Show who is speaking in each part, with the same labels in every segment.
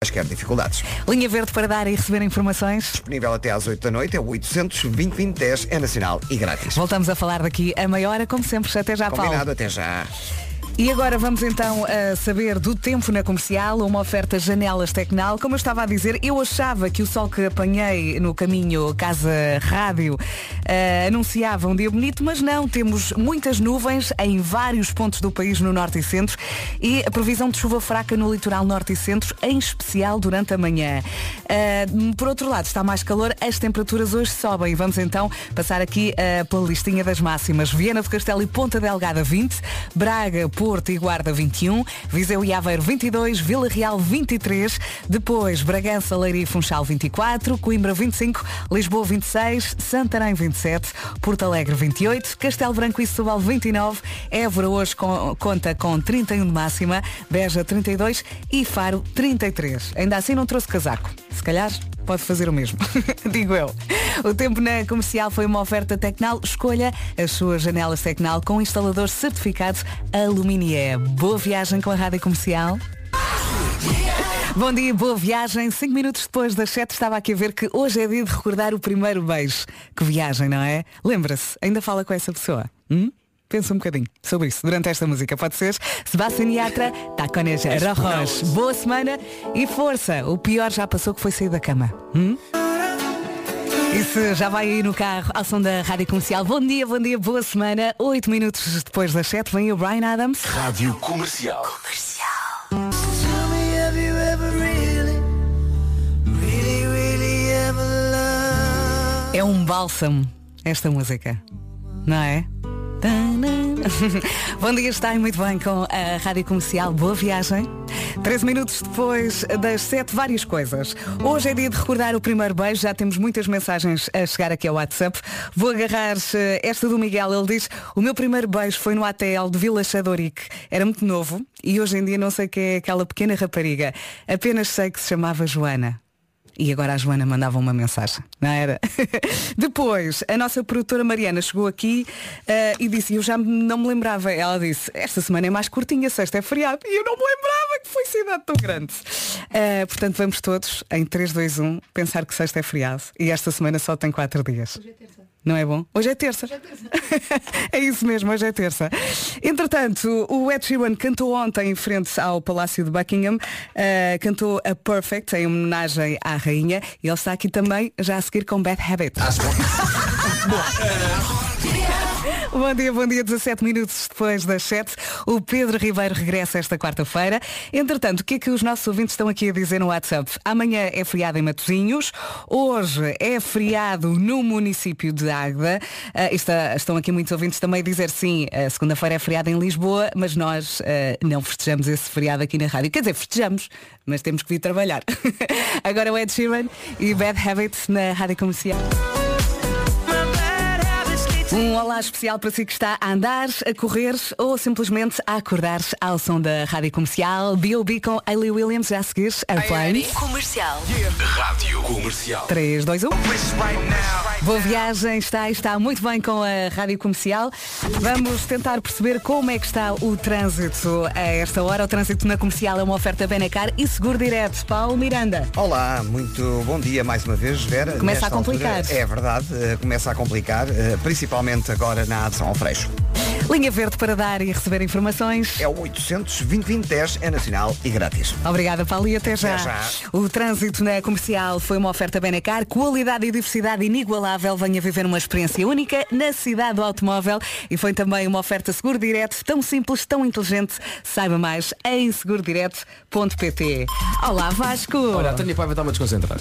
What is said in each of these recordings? Speaker 1: mas quer dificuldades.
Speaker 2: Linha Verde para dar e receber informações.
Speaker 1: Disponível até às 8 da noite, é o 800 2010 é nacional e grátis.
Speaker 2: Voltamos a falar daqui a meia hora, como sempre. Até já, Paulo.
Speaker 1: Combinado, até já.
Speaker 2: E agora vamos então a saber do tempo na comercial, uma oferta janelas Tecnal. Como eu estava a dizer, eu achava que o sol que apanhei no caminho Casa Rádio eh, anunciava um dia bonito, mas não, temos muitas nuvens em vários pontos do país no norte e centro e a previsão de chuva fraca no litoral norte e centro, em especial durante a manhã. Eh, por outro lado, está mais calor, as temperaturas hoje sobem. Vamos então passar aqui eh, pela listinha das máximas. Viena do Castelo e Ponta Delgada 20, Braga, Porto e Guarda 21, Viseu e Aveiro 22, Vila Real 23, depois Bragança, Leiria e Funchal 24, Coimbra 25, Lisboa 26, Santarém 27, Porto Alegre 28, Castelo Branco e Setúbal 29, Évora hoje com- conta com 31 de máxima, Beja 32 e Faro 33. Ainda assim não trouxe casaco. Se calhar pode fazer o mesmo, digo eu. O tempo na comercial foi uma oferta Tecnal. Escolha as suas janelas Tecnal com instalador certificado Aluminié. Boa viagem com a rádio comercial. Bom dia, boa viagem. Cinco minutos depois das sete estava aqui a ver que hoje é dia de recordar o primeiro beijo. Que viagem, não é? Lembra-se, ainda fala com essa pessoa. Hum? Pensa um bocadinho sobre isso durante esta música. Pode ser Sebastián Yatra, tá Tacones Rojas. Boa semana e força. O pior já passou que foi sair da cama. Hum? E se já vai aí no carro ao som da Rádio Comercial, bom dia, bom dia, boa semana. Oito minutos depois das sete vem o Brian Adams.
Speaker 3: Rádio Comercial.
Speaker 2: É um bálsamo esta música, não é? Tanã. Bom dia, está aí muito bem com a Rádio Comercial. Boa viagem. 13 minutos depois das 7, várias coisas. Hoje é dia de recordar o primeiro beijo, já temos muitas mensagens a chegar aqui ao WhatsApp. Vou agarrar eh, esta do Miguel, ele diz, o meu primeiro beijo foi no ATL de Vila Chadorique. Era muito novo e hoje em dia não sei quem é aquela pequena rapariga. Apenas sei que se chamava Joana. E agora a Joana mandava uma mensagem, não era? Depois, a nossa produtora Mariana chegou aqui eh, e disse, eu já me- não me lembrava, ela disse, esta semana é mais curtinha, sexta é feriado, e eu não me lembrava que foi cidade tão grande. Eh, portanto, vamos todos, em 3, 2, 1, pensar que sexta é feriado e esta semana só tem 4 dias. Não é bom? Hoje é terça. é isso mesmo, hoje é terça. Entretanto, o Ed Sheeran cantou ontem em frente ao Palácio de Buckingham, eh, cantou a Perfect em homenagem à rainha e ele está aqui também já a seguir com Bad Habit. Bom dia, bom dia. 17 minutos depois das 7, o Pedro Ribeiro regressa esta quarta-feira. Entretanto, o que é que os nossos ouvintes estão aqui a dizer no WhatsApp? Amanhã é feriado em Matosinhos, hoje é feriado no município de Águeda. Ah, está- estão aqui muitos ouvintes também a dizer sim, a segunda-feira é feriado em Lisboa, mas nós ah, não festejamos esse feriado aqui na rádio. Quer dizer, festejamos, mas temos que vir trabalhar. Agora o Ed Sheeran e Bad Habits na rádio comercial. Um olá especial para si que está a andar, a correr ou simplesmente a acordar ao som da rádio comercial. B.O.B. com Hayley Williams, já a seguir, Airplane.
Speaker 4: Comercial.
Speaker 3: Rádio Comercial.
Speaker 2: 3, 2, 1. Boa viagem, está, está muito bem com a rádio comercial. Vamos tentar perceber como é que está o trânsito a esta hora. O trânsito na comercial é uma oferta Benacar e seguro direto. Paulo Miranda.
Speaker 1: Olá, muito bom dia mais uma vez, Vera.
Speaker 2: Começa
Speaker 1: Nesta
Speaker 2: a complicar.
Speaker 1: altura, é verdade, eh, começa a complicar, eh, principalmente agora na adição ao freixo.
Speaker 2: Linha verde para dar e receber informações.
Speaker 1: É o 800 2010 é nacional e grátis.
Speaker 2: Obrigada, Paulo, e até já.
Speaker 1: Até já.
Speaker 2: O trânsito na comercial foi uma oferta Benacar, qualidade e diversidade inigualável. Venha viver uma experiência única na cidade do automóvel e foi também uma oferta seguro direto, tão simples, tão inteligente. Saiba mais em segurodireto.pt. Olá, Vasco.
Speaker 5: Olha, a Tânia Paiva está-me a desconcentrar.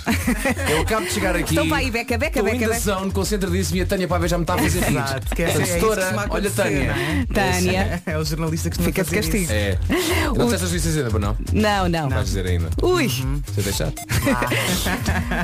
Speaker 5: Eu acabo de chegar aqui.
Speaker 2: Então vai, beca, beca,
Speaker 5: estou
Speaker 2: beca,
Speaker 5: in the
Speaker 2: beca.
Speaker 5: zone, concentra-se-me. A Tânia Paiva já me está a fazer rir.
Speaker 6: Exato, que é- é isso que
Speaker 5: Produtora,
Speaker 6: costuma
Speaker 5: olha
Speaker 6: acontecer,
Speaker 5: Tânia.
Speaker 6: não
Speaker 2: Tânia.
Speaker 6: É o jornalista que
Speaker 2: Fica de castigo.
Speaker 5: É. Não disseste as listas ainda, pois não?
Speaker 6: É.
Speaker 2: Não, não.
Speaker 5: Vais dizer ainda.
Speaker 2: Ui,
Speaker 6: Uhum.
Speaker 5: Se eu deixar.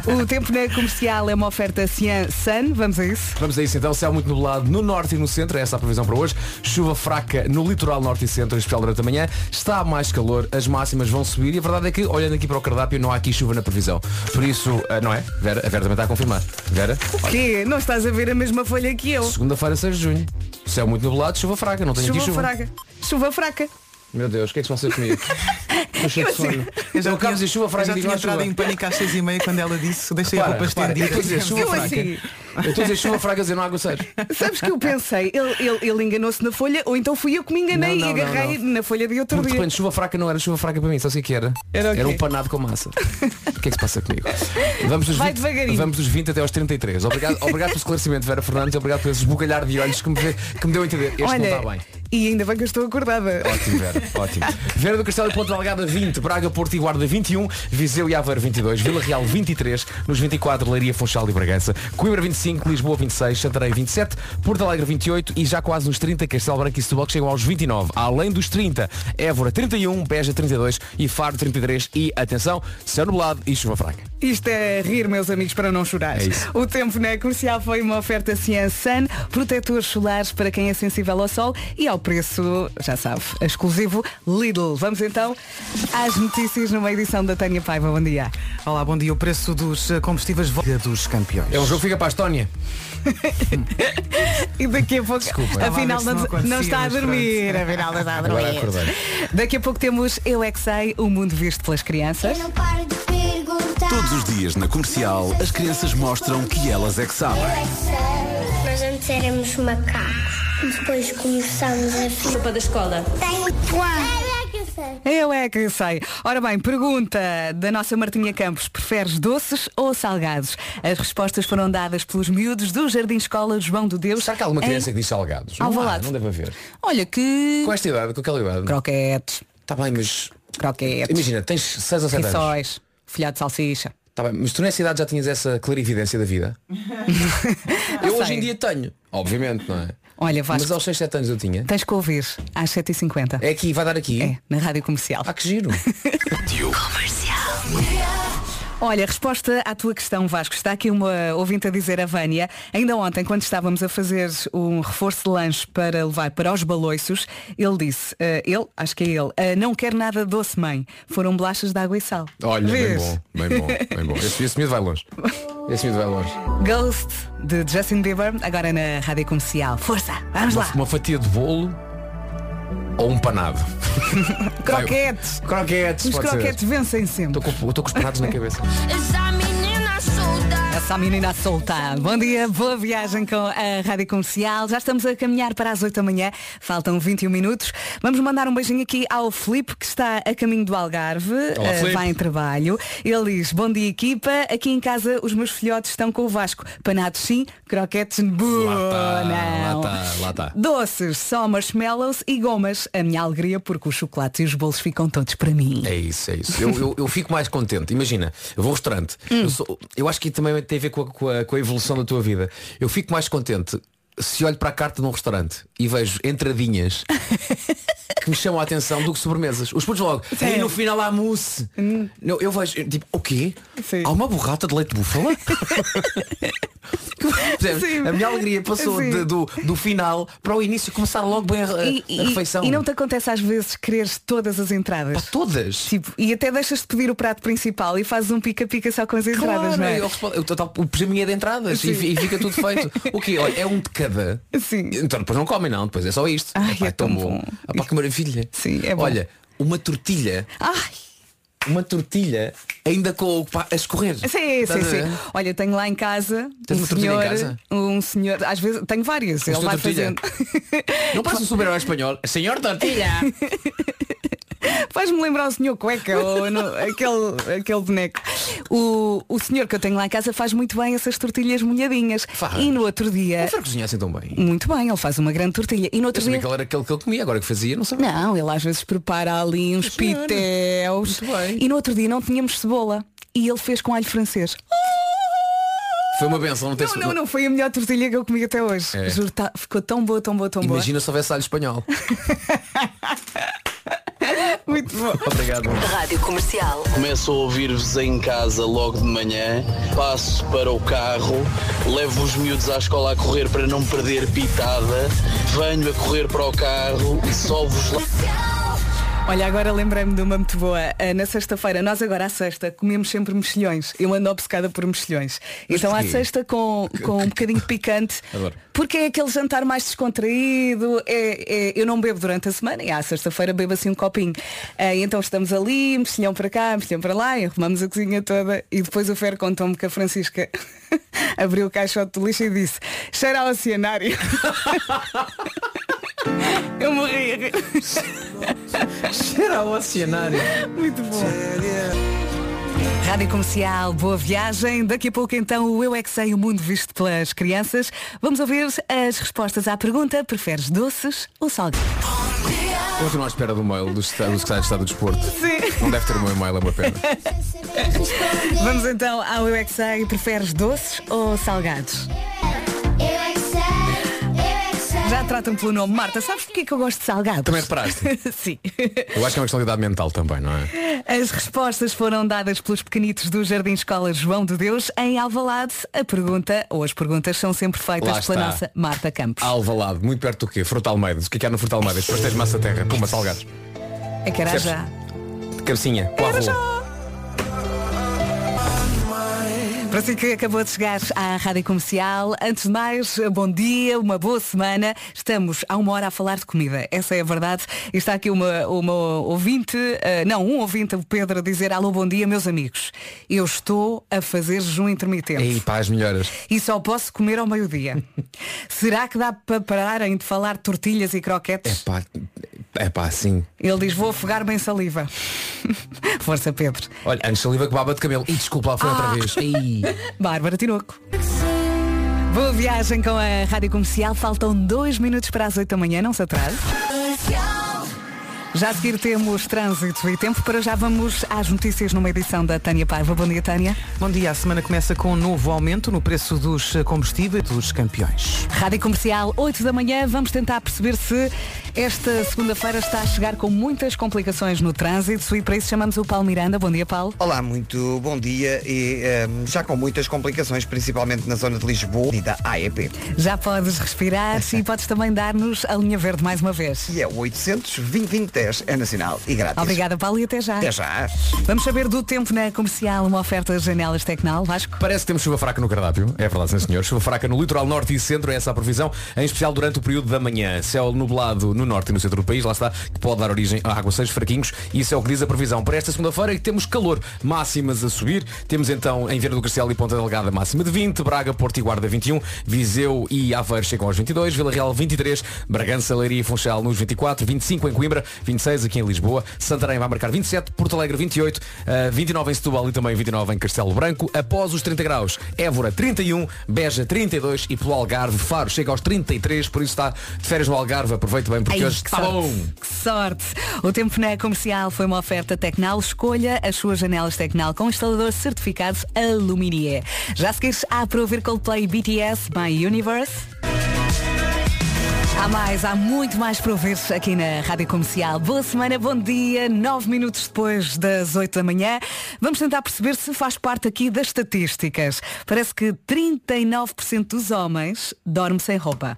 Speaker 2: o tempo na comercial é uma oferta Cian Sun, vamos a isso?
Speaker 5: Vamos a isso então, céu muito nublado no norte e no centro, essa é a previsão para hoje. Chuva fraca no litoral norte e centro, em especial durante a manhã. Está mais calor, as máximas vão subir e a verdade é que, olhando aqui para o cardápio, não há aqui chuva na previsão. Por isso, ah, não é? Vera, a Vera também está a confirmar. Vera,
Speaker 2: Que não estás a ver a mesma folha que eu.
Speaker 5: segunda-feira, 6 de junho. Céu muito nublado, chuva fraca, não tem
Speaker 2: Chuva
Speaker 5: aqui chuva.
Speaker 2: fraca. Chuva fraca.
Speaker 5: Meu Deus, o que é que se passa comigo? Estou cheio de sono.
Speaker 4: assim, Eu
Speaker 5: Eu acabo de dizer chuva fraca,
Speaker 4: eu já
Speaker 5: digo
Speaker 4: tinha
Speaker 5: lá chuva.
Speaker 4: entrado em pânico às seis e meia quando ela disse deixei a
Speaker 5: Para,
Speaker 4: roupa
Speaker 5: para,
Speaker 4: estendida.
Speaker 5: eu estou a dizer chuva
Speaker 2: Eu
Speaker 5: fraca.
Speaker 2: assim.
Speaker 5: Eu estou a dizer chuva fraca e não há aguaceiros.
Speaker 2: Sabes que eu pensei, ele, ele- ele enganou-se na folha, ou então fui eu que me enganei
Speaker 5: Não, não,
Speaker 2: e agarrei
Speaker 5: não,
Speaker 2: na folha de outro
Speaker 5: Porque de
Speaker 2: dia.
Speaker 5: repente chuva fraca não era chuva fraca para mim, só sei o que era.
Speaker 4: Era o quê?
Speaker 5: um panado com massa. O que é que se passa comigo? Vamos dos,
Speaker 2: Vai
Speaker 5: 20,
Speaker 2: devagarinho.
Speaker 5: vamos dos 20 até aos 33. Obrigado, obrigado pelo esclarecimento, Vera Fernandes, obrigado por esse esbugalhar de olhos que me, vê- que me deu a entender. Este não
Speaker 2: Olha,
Speaker 5: está bem.
Speaker 2: e ainda bem que eu estou acordada.
Speaker 5: Ótimo, Vera. Ótimo. Vera do Castelo e Ponta Algada 20, Braga, Porto e Guarda 21, Viseu e Aveiro 22, Vila Real 23, nos 24 Leiria, Funchal e Bragança, Coimbra 25, Lisboa 26, Santarém 27, Porto Alegre 28 e já quase nos 30 Castelo Branco e Setúbal que chegam aos 29. Além dos 30, Évora 31, Beja 32 e Faro 33 e, atenção, céu nublado e chuva fraca.
Speaker 2: Isto é rir, meus amigos, para não chorar.
Speaker 5: É isso.
Speaker 2: o tempo na comercial foi uma oferta Ciansan, protetores solares para quem é sensível ao sol e ao preço, já sabe, exclusivo Lidl. Vamos então às notícias numa edição da Tânia Paiva. Bom dia.
Speaker 4: Olá, bom dia. O preço dos eh, combustíveis vo- dos campeões.
Speaker 5: É um jogo que fica para a Estónia.
Speaker 2: E daqui a pouco, afinal,
Speaker 4: Estava a ver se não
Speaker 2: não,
Speaker 4: acontecia,
Speaker 2: não está a
Speaker 4: mas
Speaker 2: dormir. É
Speaker 4: pronto.
Speaker 2: Afinal, não está a
Speaker 5: Agora
Speaker 2: dormir.
Speaker 5: acordei.
Speaker 2: Daqui a pouco temos Eu É Que Sei, o mundo visto pelas crianças.
Speaker 6: Eu não paro de perguntar.
Speaker 3: Todos os dias na comercial, as crianças mostram que elas é que sabem.
Speaker 6: Nós antes éramos macacos. Depois começámos a ficar.
Speaker 7: Sopa da escola.
Speaker 6: Tenho quatro.
Speaker 2: Eu é que sei. Ora bem, pergunta da nossa Martinha Campos. Preferes doces ou salgados? As respostas foram dadas pelos miúdos do Jardim Escola João do Deus.
Speaker 5: Será que há alguma
Speaker 2: em
Speaker 5: criança que diz salgados? Não, há,
Speaker 2: é Alvalade.
Speaker 5: não deve haver.
Speaker 2: Olha que...
Speaker 5: Com esta idade, com aquela idade.
Speaker 2: Croquetes,
Speaker 5: Está bem, mas
Speaker 2: croquetes,
Speaker 5: imagina, tens 6 ou 7 anos.
Speaker 2: rissóis, folhado de salsicha.
Speaker 5: Tá bem, mas tu nessa idade já tinhas essa clarividência da vida? eu hoje
Speaker 2: sei.
Speaker 5: em dia tenho, obviamente, não é?
Speaker 2: Olha, Vasco,
Speaker 5: Mas aos 6, 7 anos eu tinha.
Speaker 2: tens que ouvir às 7h50.
Speaker 5: É aqui, vai dar aqui.
Speaker 2: É, na Rádio Comercial.
Speaker 5: Ah, que giro.
Speaker 2: Olha, resposta à tua questão, Vasco. Está aqui uma ouvinte a dizer, a Vânia, ainda ontem, quando estávamos a fazer um reforço de lanche para levar para os baloiços, ele disse, eh, ele, acho que é ele, eh, não quer nada doce, mãe. Foram bolachas de água e sal.
Speaker 5: Olha, bem
Speaker 2: Vês?
Speaker 5: bom, bem bom, bem bom. Esse, esse medo vai longe. Esse medo vai longe.
Speaker 2: Ghost, de Justin Bieber, agora na Rádio Comercial. Força, vamos lá.
Speaker 5: Uma fatia de bolo ou um panado?
Speaker 2: Croquetes.
Speaker 5: Croquetes,
Speaker 2: Os
Speaker 5: pode ser.
Speaker 2: croquetes vencem sempre.
Speaker 5: Estou com, eu tô com os panados na cabeça.
Speaker 7: Essa menina solta.
Speaker 2: Essa menina a soltar. Bom dia, boa viagem com a Rádio Comercial. Já estamos a caminhar para as 8 da manhã, faltam 21 minutos. Vamos mandar um beijinho aqui ao Filipe, que está a caminho do Algarve, eh,
Speaker 5: Filipe.
Speaker 2: vai em trabalho. Ele diz, bom dia equipa, aqui em casa os meus filhotes estão com o Vasco. Panados sim, croquetes bu,
Speaker 5: Lá tá,
Speaker 2: não.
Speaker 5: lá tá, lá tá.
Speaker 2: Doces, só marshmallows e gomas. A minha alegria porque os chocolates e os bolos ficam todos para mim.
Speaker 5: É isso, é isso. Eu, eu, eu fico mais contente. Imagina, eu vou ao restaurante.
Speaker 2: Hum.
Speaker 5: Eu, sou- eu acho que também tem a ver com a, com a- com a evolução da tua vida. Eu fico mais contente se olho para a carta de um restaurante e vejo entradinhas que me chamam a atenção do que sobremesas. Os putos logo. E no final há mousse. Não, eu vejo, tipo, o quê?
Speaker 2: Hum. Sim.
Speaker 5: Há uma borrata de leite de búfala? Percebes?
Speaker 2: Sim.
Speaker 5: A minha alegria passou
Speaker 2: Sim.
Speaker 5: de- do, do final para o início começar logo bem a, a-
Speaker 2: E,
Speaker 5: a
Speaker 2: e-
Speaker 5: refeição.
Speaker 2: e não te acontece às vezes quereres todas as entradas?
Speaker 5: Para todas.
Speaker 2: Tipo, e até deixas de pedir o prato principal e fazes um pica-pica só com as entradas,
Speaker 5: Claro,
Speaker 2: não é?
Speaker 5: eu respondo- eu total- o pijaminha de entradas
Speaker 2: Sim.
Speaker 5: e, fi- e fica tudo feito. o quê? Olha, é um de cada.
Speaker 2: Sim.
Speaker 5: Então depois não comem não, depois é só isto.
Speaker 2: Ai,
Speaker 5: Epá,
Speaker 2: é tão bom.
Speaker 5: Epá, que maravilha.
Speaker 2: Sim, é bom.
Speaker 5: Olha, uma tortilha,
Speaker 2: Ai,
Speaker 5: uma tortilha ainda com o pá a escorrer.
Speaker 2: sim, sim,
Speaker 5: Estás a ver?
Speaker 2: sim. Olha, tenho lá em casa
Speaker 5: Tens
Speaker 2: um
Speaker 5: uma tortilha em
Speaker 2: senhor,
Speaker 5: casa?
Speaker 2: um senhor, às vezes tenho várias,
Speaker 5: Tens
Speaker 2: ele vai
Speaker 5: tua tortilha?
Speaker 2: fazendo.
Speaker 5: Não parece um super-herói espanhol. Senhor tortilha!
Speaker 2: Faz-me lembrar o senhor cueca ou no- aquele, aquele boneco. O, o senhor que eu tenho lá em casa faz muito bem essas tortilhas molhadinhas.
Speaker 5: Faz.
Speaker 2: E no outro dia,
Speaker 5: Não foi cozinhar assim tão bem.
Speaker 2: muito bem, ele faz uma grande tortilha. E no
Speaker 5: Eu
Speaker 2: outro
Speaker 5: sabia
Speaker 2: dia
Speaker 5: que ele era aquele que ele comia, agora que fazia, não sabia.
Speaker 2: Não, ele às vezes prepara ali uns pitéus.
Speaker 5: Muito bem.
Speaker 2: E no outro dia não tínhamos cebola. E ele fez com alho francês.
Speaker 5: Foi uma benção, não tem
Speaker 2: Oh, Não, não, não, foi a melhor tortilha que eu comi até hoje.
Speaker 5: É.
Speaker 2: Juro, tá- ficou tão boa, tão boa, tão
Speaker 5: Imagina se houvesse alho espanhol.
Speaker 2: boa. Muito boa.
Speaker 5: Obrigado.
Speaker 8: Rádio Comercial.
Speaker 9: Começo a ouvir-vos em casa logo de manhã, passo para o carro, levo os miúdos à escola a correr para não perder pitada, venho a correr para o carro e só vos lá.
Speaker 2: Olha, agora lembrei-me de uma muito boa. Ah, Na sexta-feira, nós agora à sexta comemos sempre mexilhões. Eu ando obcecada por mexilhões. então à
Speaker 5: porquê?
Speaker 2: sexta com, com um bocadinho de picante.
Speaker 5: Adoro.
Speaker 2: Porque é aquele jantar mais descontraído. é- é- eu não bebo durante a semana e à sexta-feira bebo assim um copinho. Ah, e então estamos ali, mexilhão para cá, mexilhão para lá, e arrumamos a cozinha toda. E depois o Fer contou-me que a Francisca abriu o caixote do lixo e disse cheira ao oceanário. eu morri a rir.
Speaker 5: Cheira ao oceanário.
Speaker 2: Muito bom. Rádio Comercial, boa viagem. Daqui a pouco então o Eu É Que Sei, o mundo visto pelas crianças. Vamos ouvir as respostas à pergunta, preferes doces ou salgados?
Speaker 5: Continuo à espera do mail do, Seta- do Secretário de Estado do Desporto. Não deve ter o meu e-mail, é uma pena.
Speaker 2: Vamos então ao Eu É Que Sei, preferes doces ou salgados?
Speaker 6: Eu é que sei, eu é que sei.
Speaker 2: Já tratam pelo nome Marta, sabes porquê que eu gosto de salgados?
Speaker 5: Também reparaste?
Speaker 2: Sim.
Speaker 5: Eu acho que é uma questão de idade mental também, não é?
Speaker 2: As respostas foram dadas pelos pequenitos do Jardim Escola João de Deus em Alvalade. A pergunta, ou as perguntas, são sempre
Speaker 5: Lá
Speaker 2: feitas
Speaker 5: está. Ah,
Speaker 2: pela nossa Marta Campos.
Speaker 5: Alvalade, muito perto do quê? Fruta Almeida. O que é que há no Fruta Almeida? Depois tens massa terra, puma, salgados.
Speaker 2: É que era já.
Speaker 5: Percebes? Cabecinha, com arroz.
Speaker 2: Para si que acabou de chegar à Rádio Comercial, antes de mais, bom dia, uma boa semana. Estamos há uma hora a falar de comida, essa é a verdade. E está aqui uma, uma ouvinte, eh, não, um ouvinte, o Pedro, a dizer alô, bom dia, meus amigos. Eu estou a fazer jejum intermitente.
Speaker 5: E pá, as melhoras.
Speaker 2: E só posso comer ao meio-dia. Será que dá para pararem de falar de tortilhas e croquetes?
Speaker 5: Pá, é pá, sim.
Speaker 2: Ele diz, vou afogar-me em saliva. Força, Pedro.
Speaker 5: Olha, antes saliva que baba de cabelo. E desculpa, lá foi outra vez. Ei.
Speaker 2: Bárbara Tinoco. Boa viagem com a Rádio Comercial. Faltam dois minutos para as oito da manhã, não se atrase. Já a seguir temos trânsito e tempo. Para já vamos às notícias numa edição da Tânia Paiva. Bom dia, Tânia.
Speaker 4: Bom dia, a semana começa com um novo aumento no preço dos eh, combustíveis dos campeões.
Speaker 2: Rádio Comercial, 8 da manhã. Vamos tentar perceber se esta segunda-feira está a chegar com muitas complicações no trânsito. E para isso chamamos o Paulo Miranda. Bom dia, Paulo.
Speaker 1: Olá, muito bom dia e ehm, já com muitas complicações, principalmente na zona de Lisboa e da AEP.
Speaker 2: Já podes respirar e podes também dar-nos a linha verde mais uma vez.
Speaker 1: E é o 800 2010 é nacional e grátis.
Speaker 2: Obrigada, Paulo, e até já.
Speaker 1: Até já.
Speaker 2: Vamos saber do tempo na comercial, uma oferta de janelas Tecnal, Vasco.
Speaker 5: Parece que temos chuva fraca no cardápio. É verdade, sim senhor. Chuva fraca no litoral norte e centro, essa é a previsão, em especial durante o período da manhã. Céu nublado no norte e no centro do país, lá está, que pode dar origem a aguaceiros fraquinhos. Isso é o que diz a previsão. Para esta segunda-feira e temos calor, máximas a subir. Temos então em Vieira do Castelo e Ponta Delgada máxima de 20, Braga, Porto e Guarda 21, Viseu e Aveiro chegam aos 22, Vila Real 23, Bragança, Leiria e Funchal nos 24, 25 em Coimbra, 26 aqui em Lisboa, Santarém vai marcar 27, Porto Alegre 28, eh, 29 em Setúbal e também 29 em Castelo Branco. Após os 30 graus, Évora 31, Beja 32 e pelo Algarve, Faro chega aos 33, por isso está de férias no Algarve. Aproveite bem porque
Speaker 2: Ai,
Speaker 5: hoje um.
Speaker 2: que
Speaker 5: está
Speaker 2: sorte.
Speaker 5: bom.
Speaker 2: Que sorte. O tempo na comercial foi uma oferta Tecnal. Escolha as suas janelas Tecnal com instalador certificado Aluminier. Já seguires a para ouvir Coldplay BTS My Universe. Há mais, há muito mais para ouvir aqui na Rádio Comercial. Boa semana, bom dia. Nove minutos depois das oito da manhã, vamos tentar perceber se faz parte aqui das estatísticas. Parece que 39% dos homens dorme sem roupa.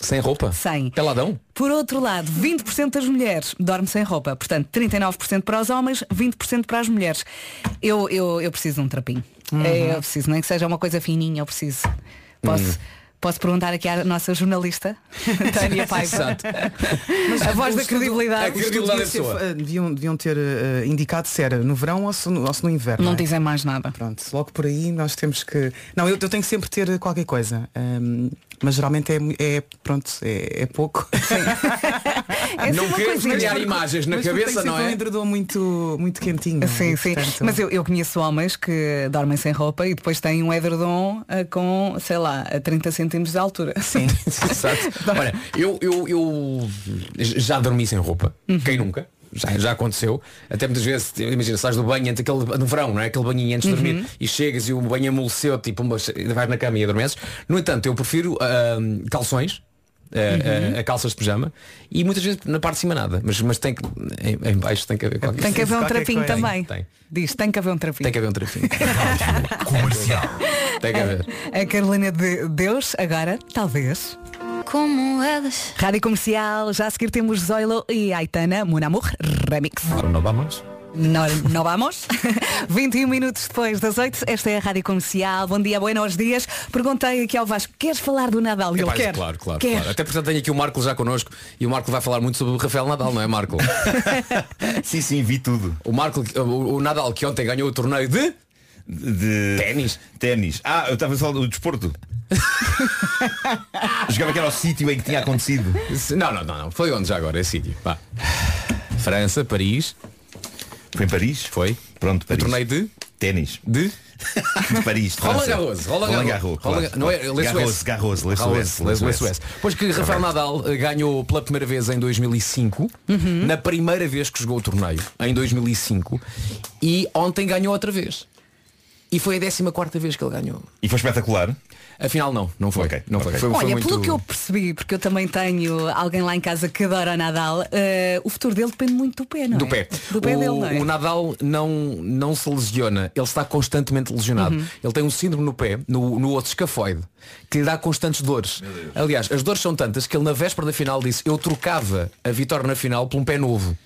Speaker 5: Sem roupa?
Speaker 2: Sem.
Speaker 5: Peladão?
Speaker 2: Por outro lado, 20% das mulheres dormem sem roupa. Portanto, 39% para os homens, 20% para as mulheres. Eu, eu, eu preciso de um trapinho. É, Eu preciso, nem que seja uma coisa fininha, eu preciso. Posso, posso perguntar aqui à nossa jornalista, Tânia Paiva.
Speaker 5: Exato.
Speaker 2: a voz
Speaker 4: o
Speaker 2: da
Speaker 4: estudo-
Speaker 5: é
Speaker 2: credibilidade.
Speaker 5: que-
Speaker 4: Os estudos
Speaker 5: Credibilidade
Speaker 4: deviam
Speaker 5: da
Speaker 4: ser- eh, deviam, deviam ter eh, indicado se era no verão ou se no, ou se no inverno.
Speaker 2: Não
Speaker 4: é?
Speaker 2: dizem mais nada.
Speaker 4: Pronto, logo por aí nós temos que. Não, eu, eu tenho que sempre ter eh, qualquer coisa. hum, mas geralmente é, mu- é pronto, é, é pouco.
Speaker 2: É assim
Speaker 5: Ah, Não
Speaker 2: uma
Speaker 5: queremos
Speaker 2: coisinha.
Speaker 5: criar imagens na
Speaker 4: Mas porque
Speaker 5: cabeça,
Speaker 4: tem
Speaker 5: não
Speaker 4: sempre um
Speaker 5: é?
Speaker 4: edredom muito, muito quentinho.
Speaker 2: Sim,
Speaker 4: e,
Speaker 2: sim.
Speaker 4: portanto,
Speaker 2: Mas eu, eu conheço homens que dormem sem roupa e depois têm um edredom ah, com, sei lá, a 30 centímetros de altura. Sim.
Speaker 5: Exato. Olha, eu, eu, eu já dormi sem roupa.
Speaker 2: Uhum.
Speaker 5: Quem nunca? Já, já aconteceu. Até muitas vezes, imagina, sais do banho antes aquele, no verão, não é? Aquele banhinho antes de dormir
Speaker 2: Uhum.
Speaker 5: e chegas e o banho amoleceu, tipo, uma- vais na cama e adormeces. No entanto, eu prefiro ah, calções. ah,
Speaker 2: Uhum.
Speaker 5: ah, a calças de pijama e muitas vezes na parte de cima nada mas, mas tem que em, em baixo tem que haver qualquer
Speaker 2: Tem que haver
Speaker 5: coisa.
Speaker 2: um
Speaker 4: qualquer
Speaker 2: trapinho
Speaker 4: coisa.
Speaker 2: também.
Speaker 5: Tem, tem.
Speaker 2: Diz, tem que haver um trapinho.
Speaker 5: tem que haver um trafinho comercial tem que haver
Speaker 2: A Carolina de Deus, agora, talvez.
Speaker 7: como elas.
Speaker 2: Rádio Comercial, já a seguir temos Zoilo e Aitana Munamur Remix.
Speaker 5: Não dá mais?
Speaker 2: Não, não vamos? 21 minutos depois das 8, esta é a Rádio Comercial. Bom dia, buenos dias. Perguntei aqui ao Vasco, queres falar do Nadal? E ele
Speaker 5: Epá,
Speaker 2: quer.
Speaker 5: Claro, claro,
Speaker 2: quer.
Speaker 5: claro. Até porque tenho aqui o Marco já connosco e o Marco vai falar muito sobre o Rafael Nadal, não é Marco?
Speaker 8: Sim, sim, vi tudo.
Speaker 5: o Marco, o, o Nadal que ontem ganhou o torneio de.
Speaker 8: De...
Speaker 5: Ténis.
Speaker 8: Ténis. Ah, eu estava a falar do desporto. Jogava que era o sítio em que tinha acontecido.
Speaker 5: Não, não, não, não. Foi onde já agora, é sítio. Vá. França, Paris,
Speaker 8: Foi em Paris?
Speaker 5: foi.
Speaker 8: Pronto,
Speaker 5: O
Speaker 8: Paris.
Speaker 5: torneio de.
Speaker 8: Ténis.
Speaker 5: de.
Speaker 8: De Paris. de
Speaker 5: Roland
Speaker 8: França.
Speaker 5: Garros, Roland Garros.
Speaker 8: Roland Garros.
Speaker 5: Roland-
Speaker 8: claro.
Speaker 5: Não é, Les
Speaker 8: Garros,
Speaker 5: Suez.
Speaker 8: Garros, Les
Speaker 5: Ah,
Speaker 8: Suez. Les Suez.
Speaker 5: Pois que Rafael Nadal eh, ganhou pela primeira vez em 2005,
Speaker 2: Uhum.
Speaker 5: na primeira vez que jogou o torneio, em 2005, e ontem ganhou outra vez. E foi a 14 vez que ele ganhou.
Speaker 8: E foi espetacular.
Speaker 5: Afinal não, não foi.
Speaker 8: Ok,
Speaker 5: não foi.
Speaker 8: ok.
Speaker 5: Foi- foi
Speaker 2: Olha,
Speaker 5: muito-
Speaker 2: pelo que eu percebi, porque eu também tenho alguém lá em casa que adora o Nadal, eh, o futuro dele depende muito do pé, não é?
Speaker 5: do pé.
Speaker 2: Do pé
Speaker 5: o,
Speaker 2: dele, não é?
Speaker 5: o Nadal não, não se lesiona, ele está constantemente lesionado.
Speaker 2: Uhum.
Speaker 5: Ele tem um síndrome no pé, no, no osso escafoide, que lhe dá constantes dores. Aliás, as dores são tantas que ele na véspera da final disse eu trocava a vitória na final por um pé novo.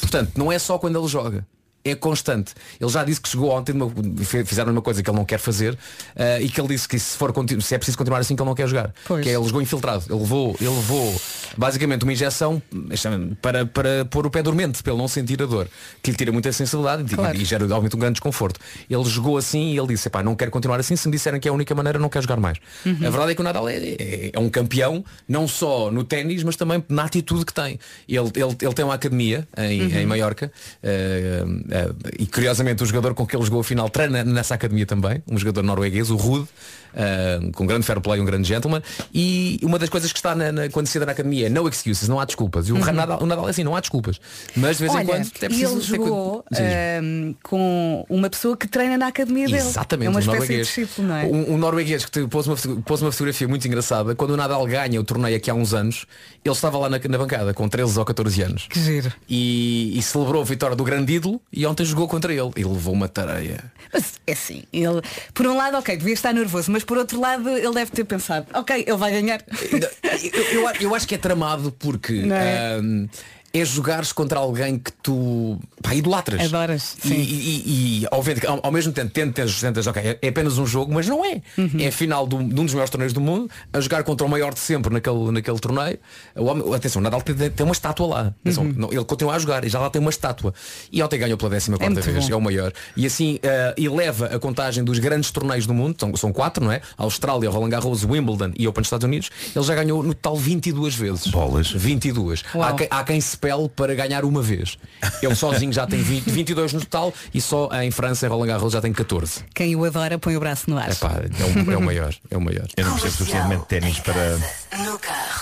Speaker 5: Portanto, não é só quando ele joga. É constante. Ele já disse que chegou ontem, numa- fe- fizeram uma coisa que ele não quer fazer ah, e que ele disse que se, for, continu- se é preciso continuar assim que ele não quer jogar.
Speaker 2: Pois.
Speaker 5: Que é, ele jogou infiltrado. Ele levou, ele levou basicamente uma injeção chama- para, para pôr o pé dormente, para ele não sentir a dor, que lhe tira muita sensibilidade e-
Speaker 2: Claro.
Speaker 5: e gera obviamente um grande desconforto. Ele jogou assim e ele disse, pá, não quero continuar assim, se me disserem que é a única maneira, não quero jogar mais.
Speaker 2: Uhum.
Speaker 5: A verdade é que o Nadal é, é- é um campeão, não só no ténis, mas também na atitude que tem. Ele, ele, ele tem uma academia em,
Speaker 2: Uhum.
Speaker 5: em Maiorca eh, eh, e curiosamente o jogador com que ele jogou a final treina nessa academia também, um jogador norueguês, o Rude, eh, com grande fair play, um grande gentleman. E uma das coisas que está na, na- quando se entra na academia é no excuses, não há desculpas. E o, Nadal, o Nadal é assim, não há desculpas. Mas de vez
Speaker 2: Uhum. Olha,
Speaker 5: em quando é
Speaker 2: e
Speaker 5: preciso
Speaker 2: ele
Speaker 5: ter cuidado.
Speaker 2: jogou
Speaker 5: Sim, sim.
Speaker 2: ahm, com uma pessoa que treina na academia dele.
Speaker 5: Exatamente,
Speaker 2: É uma
Speaker 5: um
Speaker 2: espécie de
Speaker 5: norueguês.
Speaker 2: discípulo, não é?
Speaker 5: Um, um norueguês que te- pôs uma, foto- pôs uma fotografia muito engraçada. Quando o Nadal ganha o torneio aqui há uns anos, ele estava lá na, na bancada com 13 ou 14 anos.
Speaker 2: Que giro.
Speaker 5: E, e celebrou a vitória do grande ídolo e ontem jogou contra ele. E levou uma tareia.
Speaker 2: Mas é assim, ele, por um lado, ok, devia estar nervoso, mas por outro lado, ele deve ter pensado, ok, ele vai ganhar.
Speaker 5: eu, eu a- eu acho que é tramado porque
Speaker 2: Não é?
Speaker 5: ahm, é jogares contra alguém que tu pá, idolatras.
Speaker 2: Adoras,
Speaker 5: E,
Speaker 2: sim.
Speaker 5: e- e, ao, ver- ao- ao mesmo tempo tentas, tentas ok, é- é apenas um jogo, mas não é.
Speaker 2: Uhum.
Speaker 5: É a final do- de um dos maiores torneios do mundo, a jogar contra o maior de sempre naquele, naquele torneio. O homem- atenção, o Nadal tem, tem uma estátua lá. Atenção,
Speaker 2: Uhum.
Speaker 5: não, ele continua a jogar e já lá tem uma estátua. E ontem ganhou pela 14 quarta
Speaker 2: muito
Speaker 5: vez.
Speaker 2: bom.
Speaker 5: É o maior. E assim eh, eleva a contagem dos grandes torneios do mundo, são, são quatro, não é? Austrália, Roland Garros, Wimbledon e Open dos Estados Unidos. Ele já ganhou no total 22 vezes.
Speaker 8: Bolas.
Speaker 5: 22. Há, quem- há quem se pele para ganhar uma vez. Ele sozinho já tem 20 22 no total e só em França, em Roland Garros, já tem 14.
Speaker 2: Quem o adora põe o braço no ar.
Speaker 5: Epá, é, o, é o maior. É o maior.
Speaker 8: Eu não percebo suficientemente de ténis para.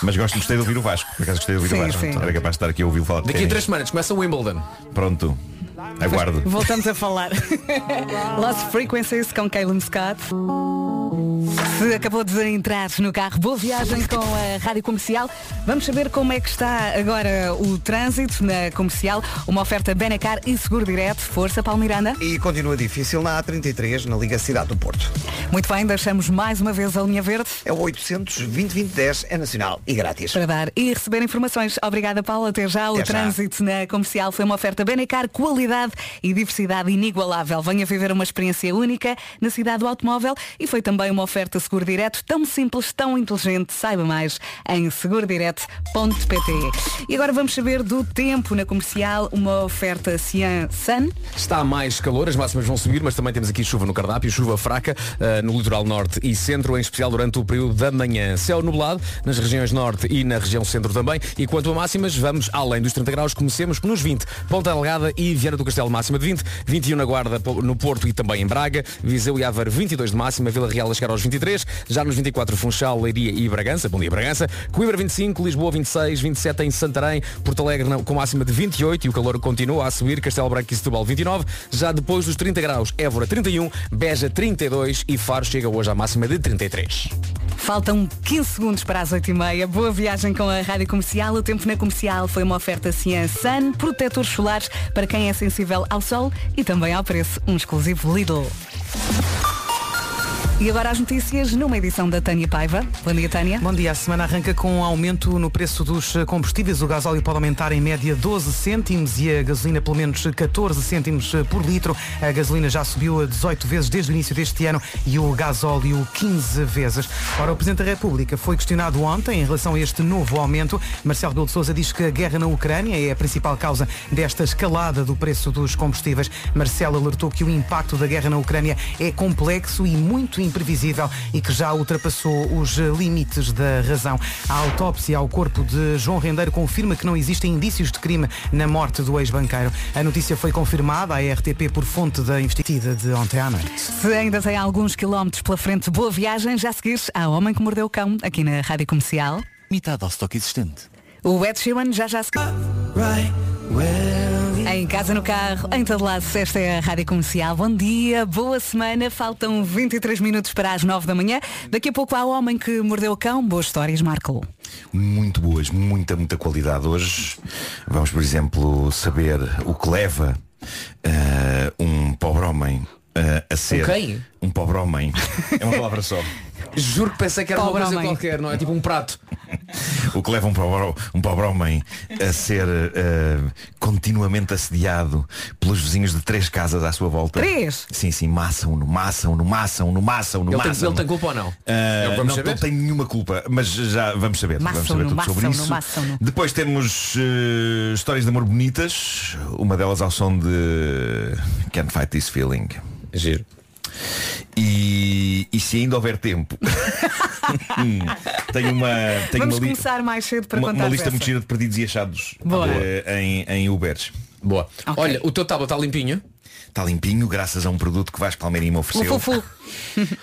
Speaker 8: Mas gosto, gostei de ouvir o Vasco. Por acaso gostei de ouvir
Speaker 2: Sim,
Speaker 8: o Vasco.
Speaker 2: sim.
Speaker 8: Era capaz de estar aqui a ouvi-lo falar de
Speaker 5: Daqui a três
Speaker 8: ténis.
Speaker 5: semanas começa o Wimbledon.
Speaker 8: Pronto. Aguardo.
Speaker 2: Voltamos a falar. Lost Frequencies com Calum Scott. Se acabou de entrar no carro, boa viagem com a Rádio Comercial. Vamos saber como é que está agora o trânsito na comercial. Uma oferta Benacar e Seguro Direto. Força, Paulo Miranda.
Speaker 1: E continua difícil na A33, na Liga Cidade do Porto.
Speaker 2: Muito bem, deixamos mais uma vez a linha verde
Speaker 1: É o 800 2010 é nacional e grátis.
Speaker 2: para dar e receber informações. Obrigada, Paulo. Até já. O
Speaker 1: Até já.
Speaker 2: trânsito na comercial foi uma oferta Benacar, qualidade e diversidade inigualável. Venha viver uma experiência única na cidade do automóvel e foi também uma oferta seguro direto tão simples, tão inteligente. Saiba mais em segurodireto.pt. E agora vamos saber do tempo na comercial, uma oferta Cian Sun.
Speaker 5: Está mais calor, as máximas vão subir, mas também temos aqui chuva no cardápio, chuva fraca eh, no litoral norte e centro, em especial durante o período da manhã. Céu nublado nas regiões norte e na região centro também. E quanto a máximas, vamos além dos 30 graus, comecemos nos 20. Ponta Delgada e Viana do Castelo máxima de 20, 21 na Guarda, po- no Porto e também em Braga, Viseu e Aveiro 22 de máxima, Vila Real a chegar aos 23, já nos 24 Funchal, Leiria e Bragança, bom dia Bragança, Coimbra 25, Lisboa 26, 27 em Santarém, Porto Alegre na- com máxima de 28 e o calor continua a subir, Castelo Branco e Setúbal 29, já depois dos 30 graus, Évora 31, Beja 32 e Faro chega hoje à máxima de 33.
Speaker 2: Faltam 15 segundos para as 8h30. Boa viagem com a Rádio Comercial. O tempo na comercial foi uma oferta Cian Sun, protetores solares para quem é sensível ao sol e também ao preço. Um exclusivo Lidl. E agora as notícias numa edição da Tânia Paiva. Bom dia, Tânia.
Speaker 4: Bom dia, a semana arranca com um aumento no preço dos eh, combustíveis. O gasóleo pode aumentar em média 12 cêntimos e a gasolina pelo menos 14 cêntimos eh, por litro. A gasolina já subiu a 18 vezes desde o início deste ano e o gasóleo 15 vezes. Ora, o Presidente da República foi questionado ontem em relação a este novo aumento. Marcelo Rebelo de Sousa diz que a guerra na Ucrânia é a principal causa desta escalada do preço dos combustíveis. Marcelo alertou que o impacto da guerra na Ucrânia é complexo e muito imprevisível e que já ultrapassou os eh, limites da razão. A autópsia ao corpo de João Rendeiro confirma que não existem indícios de crime na morte do ex-banqueiro. A notícia foi confirmada à RTP por fonte da investida de ontem à noite.
Speaker 2: Se ainda tem alguns quilómetros pela frente, boa viagem. Já seguires a Homem que Mordeu o Cão, aqui na Rádio Comercial.
Speaker 3: Mitado ao estoque existente.
Speaker 2: O Ed Sheeran já já se... Em casa, no carro, em todo lado, esta é a Rádio Comercial. Bom dia, boa semana. Faltam 23 minutos para as 9 da manhã. Daqui a pouco há o Homem que Mordeu o Cão. Boas histórias, Marco.
Speaker 8: Muito boas, muita, muita qualidade. Hoje vamos, por exemplo, saber o que leva eh, um pobre homem eh, a ser.
Speaker 5: quem?
Speaker 8: Um pobre homem. É uma palavra só.
Speaker 5: Juro que pensei que era uma
Speaker 2: Pobre
Speaker 5: coisa
Speaker 2: homem.
Speaker 5: qualquer, não é? Tipo um prato.
Speaker 8: O que leva um pobre, um pobre homem a ser eh, continuamente assediado pelos vizinhos de três casas à sua volta.
Speaker 2: Três?
Speaker 8: Sim, sim, massam-no, massam-no, massam-no, massam-no,
Speaker 5: Ele tem-
Speaker 8: massam-no.
Speaker 5: ele tem culpa ou não?
Speaker 8: Eh,
Speaker 5: É o que
Speaker 8: não,
Speaker 5: vamos
Speaker 8: não
Speaker 5: saber.
Speaker 8: tem nenhuma culpa, mas já vamos saber. vamos saber
Speaker 2: Massam-no,
Speaker 8: tudo sobre
Speaker 2: massam-no,
Speaker 8: isso.
Speaker 2: massam-no.
Speaker 8: Depois temos eh, histórias de amor bonitas, uma delas ao som de Can't Fight This Feeling.
Speaker 5: Giro.
Speaker 8: E, e se ainda houver tempo, Hum, tenho uma, tenho
Speaker 2: Vamos
Speaker 8: uma li-
Speaker 2: começar mais cedo para
Speaker 8: uma,
Speaker 2: contar
Speaker 8: uma lista
Speaker 2: essa.
Speaker 8: muito gira de perdidos e achados
Speaker 2: Boa.
Speaker 8: eh, em, em Ubers.
Speaker 5: Boa.
Speaker 2: Ok.
Speaker 5: Olha, o teu tábua está limpinho.
Speaker 8: Está limpinho graças a um produto que Vasco Palmeirinho me
Speaker 2: O
Speaker 8: ofereceu.
Speaker 2: Fufu.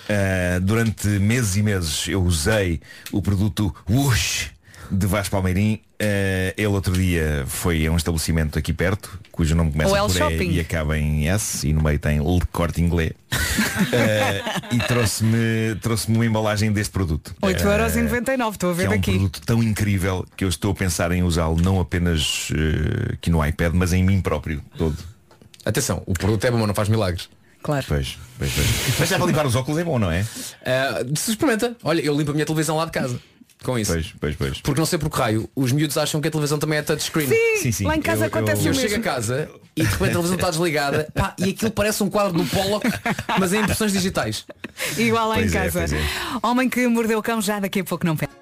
Speaker 8: Eh, durante meses e meses eu usei o produto Whoosh de Vasco Palmeirim. Eh, ele outro dia foi a um estabelecimento aqui perto, cujo nome começa
Speaker 2: O El
Speaker 8: por
Speaker 2: Shopping.
Speaker 8: E e acaba em S e no meio tem L de corte inglês. Eh, e trouxe-me trouxe uma embalagem deste produto. Eh,
Speaker 2: 8,99€, estou a
Speaker 8: Que
Speaker 2: ver
Speaker 8: é um
Speaker 2: daqui.
Speaker 8: produto tão incrível que eu estou a pensar em usá-lo não apenas eh, aqui no iPad, mas em mim próprio todo.
Speaker 5: Atenção, o produto é bom, mas não faz milagres.
Speaker 2: Claro.
Speaker 8: Pois, pois, pois. Mas já para limpar os óculos é bom, não é?
Speaker 5: Ah,
Speaker 2: Eh,
Speaker 5: se experimenta. Olha, eu limpo a minha televisão lá de casa. Com isso.
Speaker 8: Pois, pois, pois.
Speaker 5: Porque não sei por que raio, os miúdos acham que a televisão também é touchscreen.
Speaker 2: Sim,
Speaker 8: Sim, sim,
Speaker 2: lá em casa
Speaker 8: eu-
Speaker 2: acontece
Speaker 5: E eu
Speaker 2: o
Speaker 5: chego a
Speaker 2: mesmo.
Speaker 5: casa e de repente a televisão está desligada pá, e aquilo parece um quadro do Pollock, mas em impressões digitais.
Speaker 2: Igual lá em
Speaker 8: Pois é,
Speaker 2: casa.
Speaker 8: pois é.
Speaker 2: Homem que mordeu o cão já daqui a pouco não perde.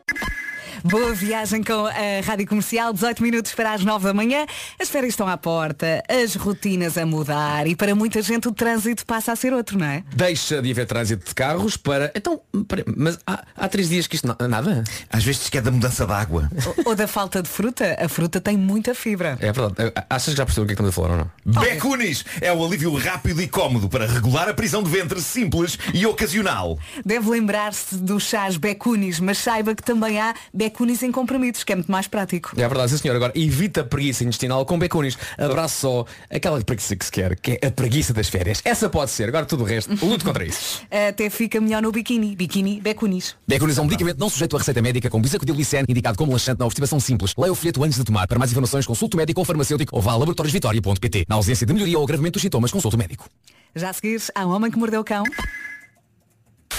Speaker 2: Boa viagem com a Rádio Comercial, 18 minutos para as 9 da manhã. As férias estão à porta, as rotinas a mudar e para muita gente o trânsito passa a ser outro, não é?
Speaker 5: Deixa de haver trânsito de carros para. Então, pera- mas há, há três dias que isto não, nada?
Speaker 8: Às vezes diz que é da mudança de água.
Speaker 2: Ou- Ou da falta de fruta, a fruta tem muita fibra.
Speaker 5: É verdade. Achas que já percebeu o que é que estamos a falar ou não?
Speaker 8: Becunis é o alívio rápido e cómodo para regular a prisão de ventre simples e ocasional.
Speaker 2: Deve lembrar-se dos chás becunis, mas saiba que também há becunis em comprimidos, que é muito mais prático.
Speaker 5: É verdade, sim senhor. Agora, evita a preguiça intestinal com becunis. Abraço só aquela preguiça que se quer, que é a preguiça das férias. Essa pode ser. Agora tudo o resto. Luto contra isso.
Speaker 8: É.
Speaker 2: Até fica melhor no biquíni. Biquíni, becunis.
Speaker 5: Becunis é um medicamento não sujeito à receita médica com bisacodilicene, indicado como laxante na obstipação simples. Leia o folheto antes de tomar. Para mais informações, consulte o médico ou farmacêutico ou vá a laboratóriosvitoria.pt. Na ausência de melhoria ou agravamento dos sintomas, consulte o médico.
Speaker 2: Já a seguir, há um homem que mordeu o cão.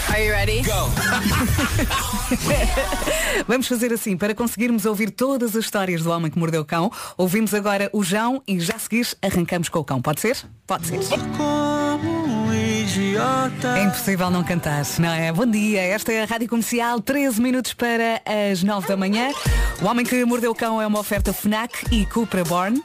Speaker 7: Are you ready?
Speaker 2: Vamos fazer assim, para conseguirmos ouvir todas as histórias do homem que mordeu o cão, ouvimos agora o João e já a seguir arrancamos com o cão. Pode ser? Pode ser. É impossível não cantar, não é? Bom dia, esta é a Rádio Comercial, 13 minutos para as 9 da manhã. O Homem que Mordeu o Cão é uma oferta FNAC e Cupra Born.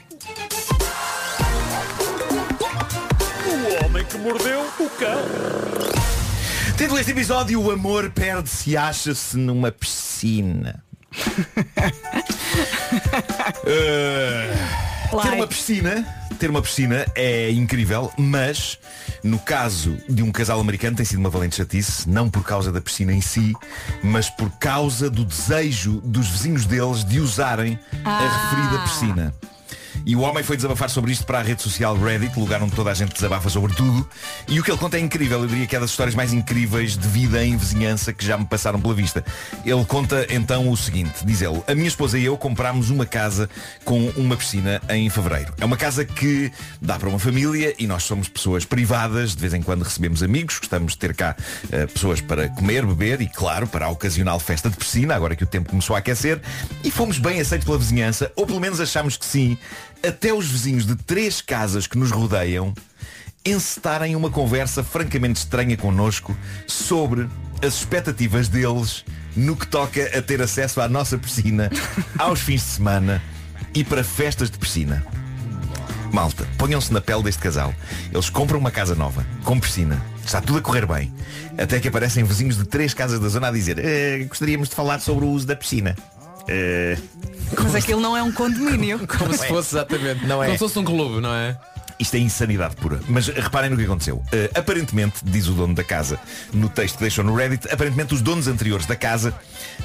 Speaker 8: Título deste episódio, o amor perde-se e acha-se numa piscina. Uh, ter uma piscina, ter uma piscina é incrível, mas no caso de um casal americano tem sido uma valente chatice, não por causa da piscina em si, mas por causa do desejo dos vizinhos deles de usarem a referida piscina. E o homem foi desabafar sobre isto para a rede social Reddit, lugar onde toda a gente desabafa sobre tudo. E o que ele conta é incrível. Eu diria que é das histórias mais incríveis de vida em vizinhança que já me passaram pela vista. Ele conta então o seguinte, diz ele, a minha esposa e eu comprámos uma casa com uma piscina em fevereiro. É uma casa que dá para uma família e nós somos pessoas privadas, de vez em quando recebemos amigos, gostamos de ter cá eh, pessoas para comer, beber e, claro, para a ocasional festa de piscina, agora que o tempo começou a aquecer, e fomos bem aceitos pela vizinhança, ou pelo menos achámos que sim, até os vizinhos de três casas que nos rodeiam encetarem uma conversa francamente estranha connosco sobre as expectativas deles no que toca a ter acesso à nossa piscina aos fins de semana e para festas de piscina. Malta, ponham-se na pele deste casal. Eles compram uma casa nova, com piscina. Está tudo a correr bem. Até que aparecem vizinhos de três casas da zona a dizer "Eh, gostaríamos de falar sobre o uso da piscina. Eh,
Speaker 2: Mas aquilo não é um condomínio.
Speaker 5: Como assim?
Speaker 8: Não
Speaker 5: se
Speaker 8: é.
Speaker 5: fosse exatamente.
Speaker 8: Não é.
Speaker 5: Como se fosse um clube, não é?
Speaker 8: Isto é insanidade pura. Mas reparem no que aconteceu. Eh, aparentemente, diz o dono da casa no texto que deixou no Reddit, aparentemente os donos anteriores da casa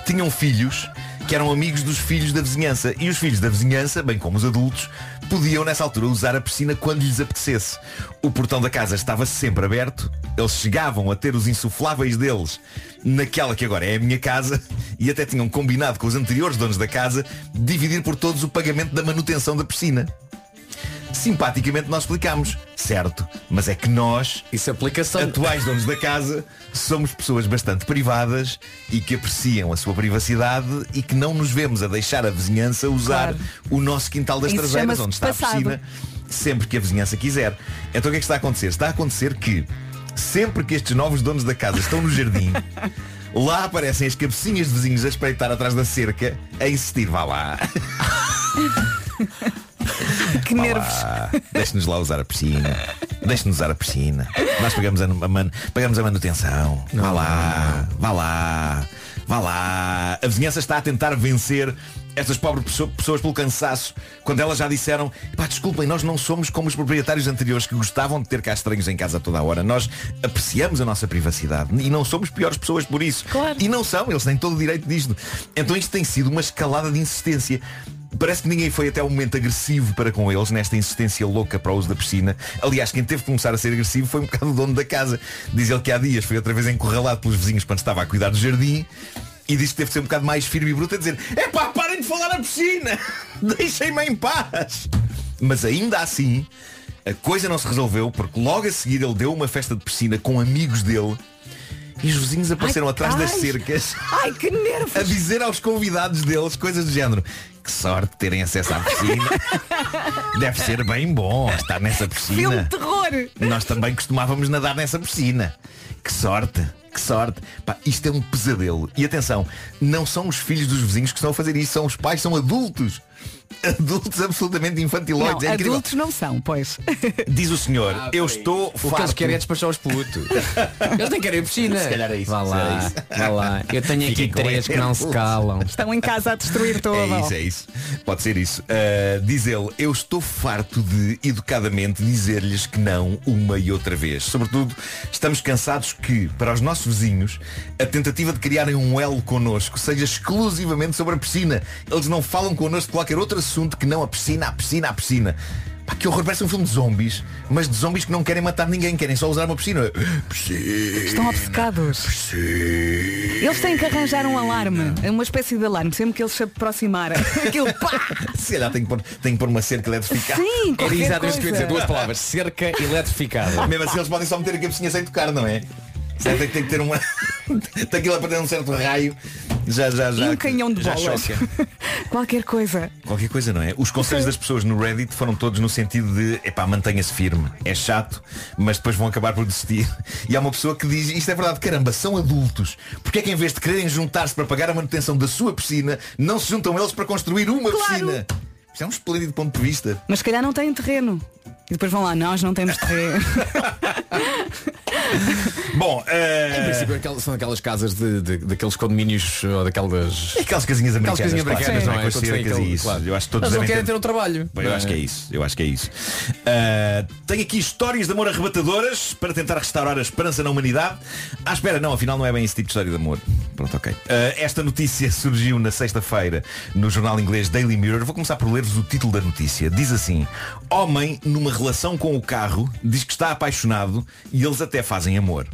Speaker 8: tinham filhos que eram amigos dos filhos da vizinhança. E os filhos da vizinhança, bem como os adultos, podiam nessa altura usar a piscina quando lhes apetecesse. O portão da casa estava sempre aberto, eles chegavam a ter os insufláveis deles naquela que agora é a minha casa e até tinham combinado com os anteriores donos da casa dividir por todos o pagamento da manutenção da piscina. Simpaticamente nós explicámos, certo, mas é que nós,
Speaker 5: Isso aplicação.
Speaker 8: atuais donos da casa, somos pessoas bastante privadas e que apreciam a sua privacidade e que não nos vemos a deixar a vizinhança usar
Speaker 2: Claro.
Speaker 8: o nosso quintal das
Speaker 2: Isso
Speaker 8: traseiras,
Speaker 2: chama-se
Speaker 8: onde está
Speaker 2: passado.
Speaker 8: a piscina, sempre que a vizinhança quiser. Então o que é que está a acontecer? Está a acontecer que, sempre que estes novos donos da casa estão no jardim, lá aparecem as cabecinhas de vizinhos a espreitar atrás da cerca, a insistir, vá lá.
Speaker 2: Que
Speaker 8: Vá
Speaker 2: nervos.
Speaker 8: lá, Deixe-nos lá usar a piscina. Deixe-nos usar a piscina. Nós pagamos a, a man- pagamos a manutenção. Vá lá, vá lá, vá lá. A vizinhança está a tentar vencer estas pobres pesso- pessoas pelo cansaço quando elas já disseram pá, desculpem, nós não somos como os proprietários anteriores que gostavam de ter cá estranhos em casa a toda a hora. Nós apreciamos a nossa privacidade e não somos piores pessoas por isso.
Speaker 2: Claro.
Speaker 8: E não são, eles têm todo o direito disto. Então isto tem sido uma escalada de insistência. Parece que ninguém foi até o momento agressivo para com eles nesta insistência louca para o uso da piscina. Aliás, quem teve que começar a ser agressivo foi um bocado o dono da casa. Diz ele que há dias foi outra vez encurralado pelos vizinhos quando estava a cuidar do jardim e disse que teve que ser um bocado mais firme e bruto a dizer é pá, parem de falar na piscina! Deixem-me em paz! Mas ainda assim, a coisa não se resolveu porque logo a seguir ele deu uma festa de piscina com amigos dele e os vizinhos apareceram atrás das
Speaker 2: ai.
Speaker 8: cercas
Speaker 2: Ai, que nervos.
Speaker 8: a dizer aos convidados deles coisas do género. Que sorte de terem acesso à piscina. Deve ser bem bom estar nessa
Speaker 2: Filme
Speaker 8: piscina.
Speaker 2: de terror.
Speaker 8: Nós também costumávamos nadar nessa piscina. Que sorte, que sorte. Pá, isto é um pesadelo. E atenção, não são os filhos dos vizinhos que estão a fazer isso, são os pais, são adultos. Adultos absolutamente
Speaker 2: Não,
Speaker 8: infantiloides. é incrível.
Speaker 2: adultos não são, pois.
Speaker 8: Diz o senhor, eu estou
Speaker 5: Ah, O que eles
Speaker 8: farto.
Speaker 5: querem é despachar os putos. Eles nem querem piscina.
Speaker 8: Se calhar é isso,
Speaker 5: Vá
Speaker 8: se calhar
Speaker 5: lá,
Speaker 8: é
Speaker 5: vá lá. Eu tenho aqui
Speaker 8: Fiquem com
Speaker 5: três que não se
Speaker 8: exemplos.
Speaker 5: calam.
Speaker 2: Estão em casa a destruir tudo.
Speaker 8: É isso, é isso. Pode ser isso. Ah, diz ele, eu estou farto de, educadamente, dizer-lhes que não uma e outra vez. Sobretudo, estamos cansados que, para os nossos vizinhos, a tentativa de criarem um elo connosco seja exclusivamente sobre a piscina. Eles não falam connosco de qualquer outro assunto que não a piscina, a piscina, a piscina. Pá, que horror, parece um filme de zombies, mas de zombies que não querem matar ninguém, querem só usar uma piscina. Piscina.
Speaker 2: Estão obcecados.
Speaker 8: piscina.
Speaker 2: Eles têm que arranjar um alarme, uma espécie de alarme, sempre que eles se aproximarem. Aquilo pá!
Speaker 8: Se calhar tem que pôr, tem que pôr uma cerca eletrificada.
Speaker 2: Sim,
Speaker 5: Era
Speaker 2: qualquer
Speaker 5: exatamente isso que eu ia dizer. Duas
Speaker 2: coisa.
Speaker 5: palavras. Cerca eletrificada.
Speaker 8: Mesmo assim eles podem só meter a cabecinha sem tocar, não é? Certo, tem que tem que ter uma. tem que ir a perder um certo raio. Já, já, já.
Speaker 2: E um canhão de
Speaker 8: já
Speaker 2: bolas.
Speaker 8: choca.
Speaker 2: Qualquer coisa.
Speaker 8: Qualquer coisa, não é? Os conselhos das pessoas no Reddit foram todos no sentido de epá, mantenha-se firme. É chato, mas depois vão acabar por desistir. E há uma pessoa que diz, isto é verdade, caramba, são adultos. Porque é que em vez de quererem juntar-se para pagar a manutenção da sua piscina, não se juntam eles para construir uma
Speaker 2: Claro.
Speaker 8: piscina? Isto é um esplêndido ponto de vista.
Speaker 2: Mas se calhar não têm terreno. E depois vão lá, nós não temos terreno.
Speaker 8: Bom, eh,
Speaker 5: Em princípio aquel- são aquelas casas de, de- daqueles condomínios ou daquelas.
Speaker 8: aquelas casinhas
Speaker 5: Aquelas
Speaker 8: americanas.
Speaker 5: casinhas
Speaker 8: pá,
Speaker 5: americanas,
Speaker 8: não
Speaker 5: não é?
Speaker 8: é? Com
Speaker 5: Quando tem
Speaker 8: cercas e
Speaker 5: aquele-
Speaker 8: isso.
Speaker 5: claro.
Speaker 8: Eu acho que todos
Speaker 5: Eles não
Speaker 8: devem
Speaker 5: querem ter o trabalho.
Speaker 8: Bem, Eu
Speaker 5: Não
Speaker 8: acho
Speaker 5: é?
Speaker 8: que é isso, eu acho que é isso. Ah, tenho aqui histórias de amor arrebatadoras para tentar restaurar a esperança na humanidade. Ah, espera, não, afinal não é bem esse tipo de história de amor. Pronto, ok. Ah, esta notícia surgiu na sexta-feira no jornal inglês Daily Mirror. Vou começar por ler-vos o título da notícia. Diz assim, homem numa relação com o carro diz que está apaixonado e eles até fazem amor.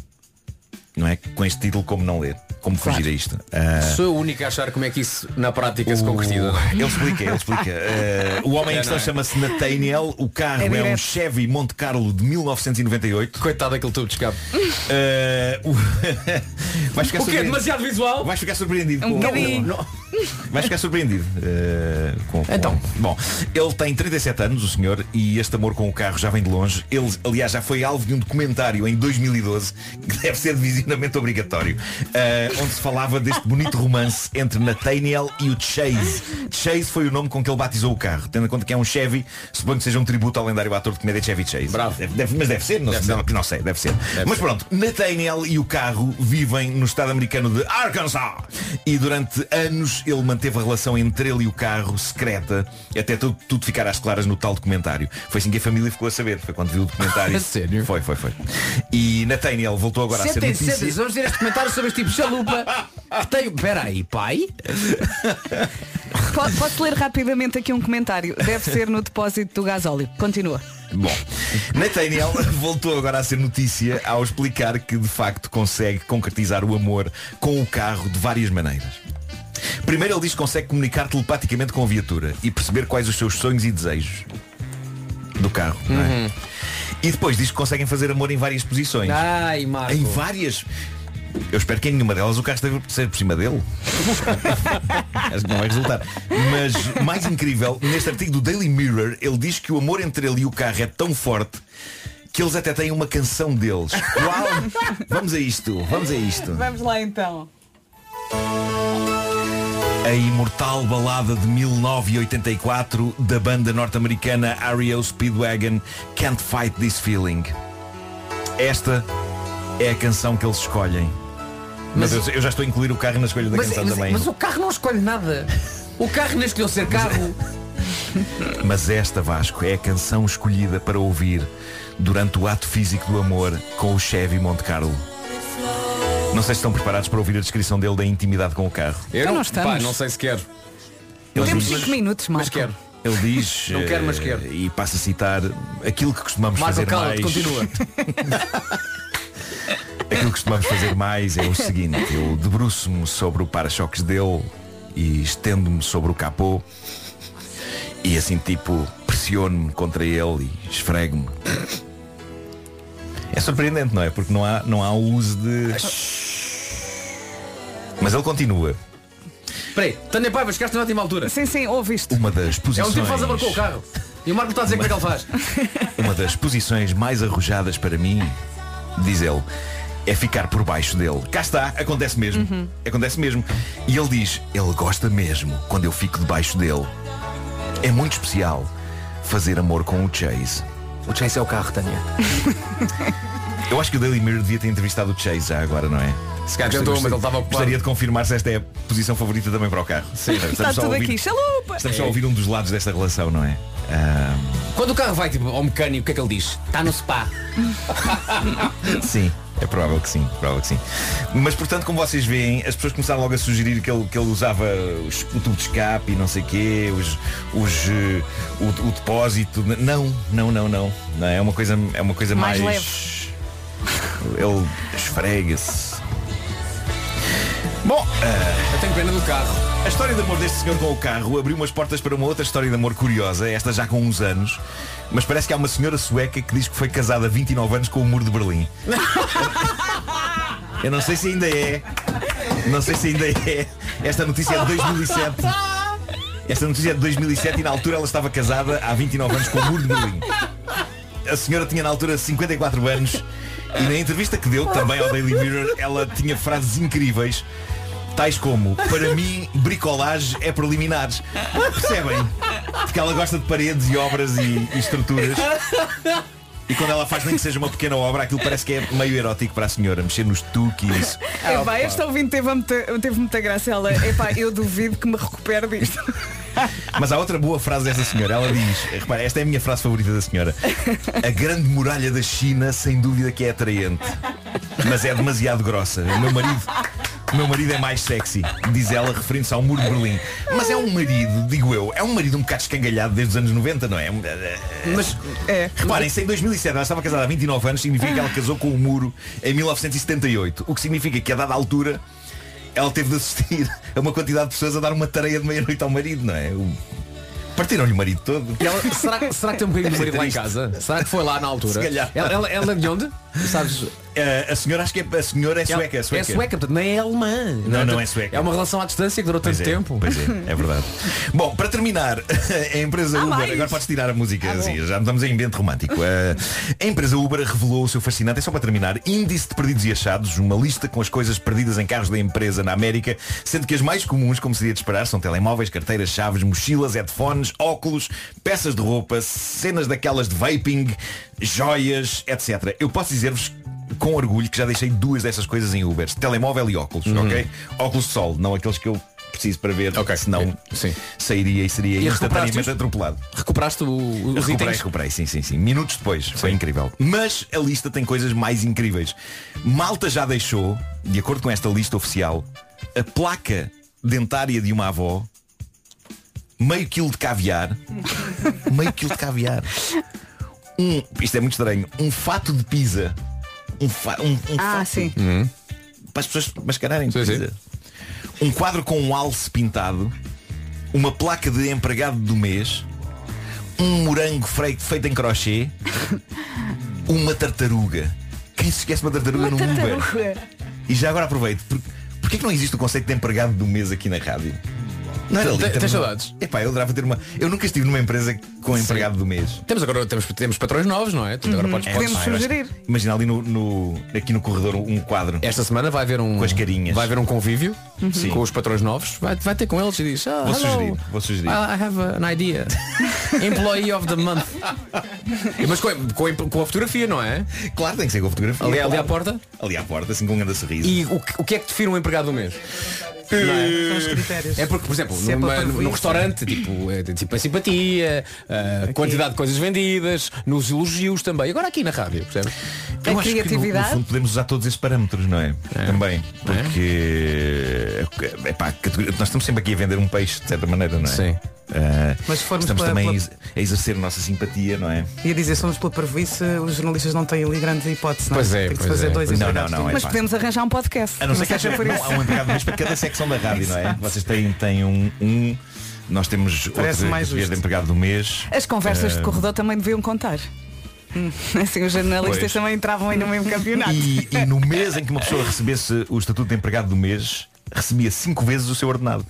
Speaker 8: Não é? Com este título como não ler? Como fugir a isto? Ah,
Speaker 5: Sou o único a achar como é que isso na prática se
Speaker 8: o-
Speaker 5: concretiza. não é?
Speaker 8: Ele explica, ele explica. Eh, o homem em
Speaker 5: É,
Speaker 8: questão
Speaker 5: não é?
Speaker 8: chama-se Nathaniel, o carro é, um
Speaker 2: direto.
Speaker 8: Chevy Monte Carlo de 1998.
Speaker 5: Coitado daquele tubo de escape.
Speaker 8: Eh, o...
Speaker 5: O
Speaker 8: Vais ficar
Speaker 5: quê?
Speaker 8: surpreendido.
Speaker 5: Demasiado visual?
Speaker 8: Vais ficar surpreendido.
Speaker 2: Um
Speaker 8: com-
Speaker 2: bocadinho.
Speaker 8: Não, não. Vais ficar surpreendido. eh, com, com-
Speaker 5: Então.
Speaker 8: Bom, ele tem 37 anos, o senhor, e este amor com o carro já vem de longe. Ele, aliás, já foi alvo de um documentário em 2012 que deve ser de visionamento obrigatório, eh, onde se falava deste bonito romance entre Nathaniel e o Chase. Chase foi o nome com que ele batizou o carro. Tendo em conta que é um Chevy, suponho que seja um tributo ao lendário ator de comédia Chevy Chase.
Speaker 5: Bravo.
Speaker 8: Deve- deve- mas deve ser, não, não- não sei, deve ser. mas pronto, Nathaniel e o carro vivem no estado americano de Arkansas. E durante anos ele manteve a relação entre ele e o carro secreta, até tudo, tudo ficar às claras no tal documentário. Foi assim que a família ficou a saber, foi quando viu o documentário.
Speaker 5: É sério?
Speaker 8: Foi, foi, foi. E Nathaniel voltou agora a ser
Speaker 5: Sentem-se,
Speaker 8: notícia.
Speaker 5: sentem-se. Vamos ver este comentário sobre este tipo de chalupa. que Tem... Peraí, pai?
Speaker 2: Po- Posso ler rapidamente aqui um comentário. Deve ser no depósito do gasóleo. Continua.
Speaker 8: Bom, Nathaniel voltou agora a ser notícia ao explicar que de facto consegue concretizar o amor com o carro de várias maneiras. Primeiro ele diz que consegue comunicar telepaticamente com a viatura e perceber quais os seus sonhos e desejos do carro. não é? E depois diz que conseguem fazer amor em várias posições.
Speaker 5: Ai, Marco.
Speaker 8: Em várias. Eu espero que em nenhuma delas o carro esteja esteja por cima dele. Acho que não vai resultar. Mas mais incrível, neste artigo do Daily Mirror, ele diz que o amor entre ele e o carro é tão forte que eles até têm uma canção deles. Qual? Vamos a isto, vamos a isto.
Speaker 2: Vamos lá então.
Speaker 8: A imortal balada de 1984 da banda norte-americana REO Speedwagon Can't Fight This Feeling. Esta é a canção que eles escolhem. Mas, eu, eu já estou a incluir o carro na escolha da
Speaker 5: Mas,
Speaker 8: canção
Speaker 5: mas-
Speaker 8: é, também.
Speaker 5: mas o carro não escolhe nada. O carro nem escolheu ser carro.
Speaker 8: Mas esta, Vasco, é a canção escolhida para ouvir durante o ato físico do amor com o Chevy Monte Carlo. Não sei se estão preparados para ouvir a descrição dele da intimidade com o carro.
Speaker 5: Eu
Speaker 2: não estamos.
Speaker 5: Pá, Então não sei se quero.
Speaker 8: Ele
Speaker 2: Temos
Speaker 8: diz-
Speaker 2: 5 minutos,
Speaker 5: Mas
Speaker 2: Marco.
Speaker 5: quero.
Speaker 8: Ele diz
Speaker 5: Não quero, mas
Speaker 8: eh,
Speaker 5: quero.
Speaker 8: E passa a citar aquilo que costumamos
Speaker 5: Marco,
Speaker 8: fazer
Speaker 5: cala-te,
Speaker 8: mais
Speaker 5: continua.
Speaker 8: Aquilo que costumamos fazer mais é o seguinte Eu debruço-me sobre o para-choques dele E estendo-me sobre o capô E assim tipo Pressiono-me contra ele E esfrego-me É surpreendente, não é? Porque não há, não há o uso de... Mas ele continua
Speaker 5: Peraí, Tânia Paiva, chegaste na ótima altura.
Speaker 2: Sim, sim, ouve isto.
Speaker 8: Uma das
Speaker 5: É
Speaker 8: posições
Speaker 5: um tipo que faz amor com o carro. E o Marco está a dizer como é que ele faz.
Speaker 8: Uma das posições mais arrojadas para mim, diz ele, é ficar por baixo dele. Cá está, acontece mesmo.
Speaker 2: Uhum.
Speaker 8: Acontece mesmo. E ele diz, ele gosta mesmo quando eu fico debaixo dele. É muito especial fazer amor com o Chase.
Speaker 5: O Chase é o carro, Tânia.
Speaker 8: Eu acho que o Daily Mirror devia ter entrevistado o Chase já agora, não é?
Speaker 5: Se calhar tentou, mas ele estava ocupado.
Speaker 8: Gostaria de confirmar se esta é a posição favorita também para o carro. Sim,
Speaker 2: Está Tá tudo aqui. Chalupa!
Speaker 8: Estamos só a
Speaker 5: É.
Speaker 8: ouvir um dos lados desta relação, não é? Ah,
Speaker 5: Quando o carro vai tipo, ao mecânico, o que é que ele diz? Está no spa.
Speaker 8: Sim. É provável que sim, provável que sim. Mas portanto, como vocês veem, as pessoas começaram logo a sugerir que ele, que ele usava os- o tubo de escape e não sei quê, os, os, eh, o, o depósito. Não, não, não, não. não é uma coisa, é uma coisa mais.
Speaker 2: Mais
Speaker 8: Ele esfrega-se. Bom,
Speaker 5: Eu tenho pena do carro.
Speaker 8: a história de amor deste senhor com o carro abriu umas portas para uma outra história de amor curiosa, esta já com uns anos. Mas parece que há uma senhora sueca que diz que foi casada há 29 anos com o muro de Berlim. Eu não sei se ainda é. Não sei se ainda é. Esta notícia é de 2007. Esta notícia é de 2007 e na altura ela estava casada há 29 anos com o muro de Berlim. A senhora tinha na altura 54 anos e na entrevista que deu, também ao Daily Mirror, ela tinha frases incríveis, tais como Para mim, bricolagem é preliminares. Percebem? Porque ela gosta de paredes e obras e, e estruturas. E quando ela faz nem que seja uma pequena obra, aquilo parece que é meio erótico para a senhora, mexer nos tuques.
Speaker 2: Epá, este ouvinte teve muita, teve muita graça. Ela, epá, eu duvido que me recupere disto.
Speaker 8: Mas há outra boa frase desta senhora. Ela diz, repara, esta é a minha frase favorita da senhora. A grande muralha da China, sem dúvida que é atraente. Mas é demasiado grossa. O meu marido. o meu marido é mais sexy, diz ela, referindo-se ao muro de Berlim. Mas é um marido, digo eu, é um marido um bocado escangalhado desde os anos 90, não é?
Speaker 4: Mas é.
Speaker 8: Reparem, se em 2007 ela estava casada há 29 anos, significa que ela casou com o muro em 1978. O que significa que a dada altura ela teve de assistir a uma quantidade de pessoas a dar uma tareia de meia-noite ao marido, não é? O- Partiram-lhe o marido todo.
Speaker 5: E ela- será, será que tem um bocadinho de marido lá em casa? Será que foi lá na altura?
Speaker 8: Se calhar.
Speaker 5: Ela, ela, ela é de onde? Sabes?
Speaker 8: Eh, a senhora, acho que é, a senhora é sueca.
Speaker 5: Ela- É sueca, portanto, não é alemã.
Speaker 8: Não, não é sueca.
Speaker 5: É uma relação à distância que durou
Speaker 8: Pois
Speaker 5: tanto
Speaker 8: é,
Speaker 5: tempo.
Speaker 8: Pois é, é verdade. bom, para terminar, a empresa Uber,
Speaker 2: mais?
Speaker 8: agora podes tirar a música, assim, já estamos em ambiente romântico. Eh, a empresa Uber revelou o seu fascinante, é só para terminar, índice de perdidos e achados, uma lista com as coisas perdidas em carros da empresa na América, sendo que as mais comuns, como seria de esperar, são telemóveis, carteiras, chaves, mochilas, headphones, óculos, peças de roupa, cenas daquelas de vaping, joias, etc. Eu posso dizer-vos com orgulho que já deixei duas dessas coisas em Uber telemóvel e óculos, ok? Óculos de sol, não aqueles que eu preciso para ver,
Speaker 5: Ok,
Speaker 8: senão
Speaker 5: sim.
Speaker 8: sairia e seria
Speaker 5: E
Speaker 8: instantaneamente
Speaker 5: recuperaste-os?
Speaker 8: atropelado.
Speaker 5: Recuperaste o, o- os
Speaker 8: recuperei,
Speaker 5: itens.
Speaker 8: recuperei, sim, sim, sim. Minutos depois, foi incrível. Mas a lista tem coisas mais incríveis. Malta já deixou, de acordo com esta lista oficial, a placa dentária de uma avó, meio quilo de caviar, meio quilo de caviar, um, isto é muito estranho, um fato de pizza. Um, fa- um, um
Speaker 2: Ah,
Speaker 8: fato
Speaker 2: sim.
Speaker 8: para as pessoas mascararem.
Speaker 5: Sim, sim.
Speaker 8: precisa. Um quadro com um alce pintado, uma placa de empregado do mês, um morango frei- feito em crochê, uma tartaruga. Quem se esquece de uma tartaruga num Uber? E já agora aproveito, por, porquê que não existe o conceito de empregado do mês aqui na rádio? Não era
Speaker 5: Tem-
Speaker 8: lindo?
Speaker 5: tens saudades?
Speaker 8: Epá, eu adorava ter uma. Eu nunca estive numa empresa com empregado do mês.
Speaker 5: Temos agora temos, temos patrões novos, não é? Portanto, Agora podes, podes-
Speaker 2: Podemos
Speaker 8: pá, eu acho-
Speaker 2: sugerir.
Speaker 8: Imagina ali no, no- aqui no corredor um quadro.
Speaker 5: Esta semana vai haver um
Speaker 8: Com as carinhas.
Speaker 5: vai haver um convívio
Speaker 8: Sim.
Speaker 5: com os patrões novos. Vai, vai ter com eles e diz: "Ah,
Speaker 8: Vou
Speaker 5: hello,
Speaker 8: sugerir, vou sugerir.
Speaker 5: I have an idea. Employee of the month. Mas com, com, a- com a fotografia, não é?
Speaker 8: Claro, tem que ser com a fotografia.
Speaker 5: Ali- ali
Speaker 8: claro.
Speaker 5: à porta?
Speaker 8: Ali à porta, assim com um grande sorriso.
Speaker 5: E o, que- o que é que define um empregado do mês?
Speaker 4: São os critérios.
Speaker 5: É porque, por exemplo,
Speaker 4: Se é
Speaker 5: numa-
Speaker 4: para
Speaker 5: num,
Speaker 4: prejuízo.
Speaker 5: restaurante, tipo, é, tipo a simpatia, a quantidade de coisas vendidas, nos elogios também. Agora aqui na rádio, percebes?
Speaker 2: A
Speaker 8: Eu acho que, no-
Speaker 2: criatividade?
Speaker 8: no fundo podemos usar todos esses parâmetros, não é? Também. Porque eh, epá, categoria- nós estamos sempre aqui a vender um peixe, de certa maneira, não é?
Speaker 5: Sim.
Speaker 8: Ah,
Speaker 4: Mas se formos
Speaker 8: estamos
Speaker 4: pela-
Speaker 8: também
Speaker 4: pela-
Speaker 8: a ex- a exercer a nossa simpatia, não é?
Speaker 4: Ia dizer, somos pela previce, os jornalistas não têm ali grande hipótese, não
Speaker 5: Pois é,
Speaker 4: Tem que se
Speaker 5: pois
Speaker 4: fazer
Speaker 5: é.
Speaker 4: dois
Speaker 8: Não,
Speaker 4: empregados.
Speaker 8: não, não, é
Speaker 2: Mas
Speaker 8: pá.
Speaker 2: podemos arranjar um podcast.
Speaker 8: A não ser que
Speaker 2: seja
Speaker 8: haja
Speaker 2: por
Speaker 8: não,
Speaker 2: isso.
Speaker 8: há um empregado mas para cada secção da rádio, não é? Vocês têm, têm um, um, nós temos
Speaker 4: Parece
Speaker 8: outras
Speaker 4: mais
Speaker 8: dias
Speaker 4: justo.
Speaker 8: de empregado do mês.
Speaker 2: As conversas de corredor também deviam contar. Hum, Assim, os jornalistas
Speaker 8: Pois.
Speaker 2: também entravam aí no mesmo campeonato.
Speaker 8: E, e no mês em que uma pessoa recebesse o estatuto de empregado do mês, recebia cinco vezes o seu ordenado.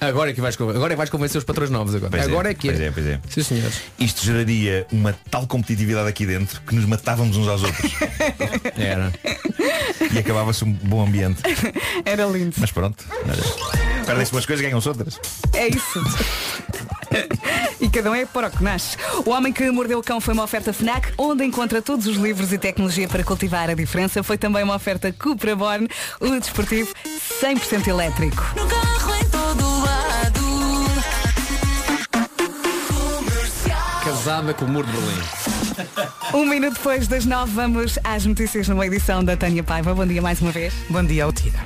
Speaker 5: Agora é que vais, conven- agora é que vais convencer os patrões novos agora.
Speaker 8: Pois é,
Speaker 5: agora é, que
Speaker 8: pois é, pois é.
Speaker 5: Sim, senhores.
Speaker 8: Isto geraria uma tal competitividade aqui dentro que nos matávamos uns aos outros
Speaker 5: Era.
Speaker 8: e acabava-se um bom ambiente.
Speaker 2: Era lindo.
Speaker 8: Mas pronto, olha, perdem-se umas coisas, ganham-se outras.
Speaker 2: É isso. E cada um é para o que nasce. O Homem que Mordeu o Cão foi uma oferta FNAC, onde encontra todos os livros e tecnologia para cultivar a diferença. Foi também uma oferta Cupra Born, o desportivo 100% elétrico.
Speaker 7: No carro em todo lado.
Speaker 5: Casada com o muro de Berlim.
Speaker 2: Um minuto depois das nove, vamos às notícias numa edição da Tânia Paiva. Bom dia mais uma vez.
Speaker 4: Bom dia, Altira.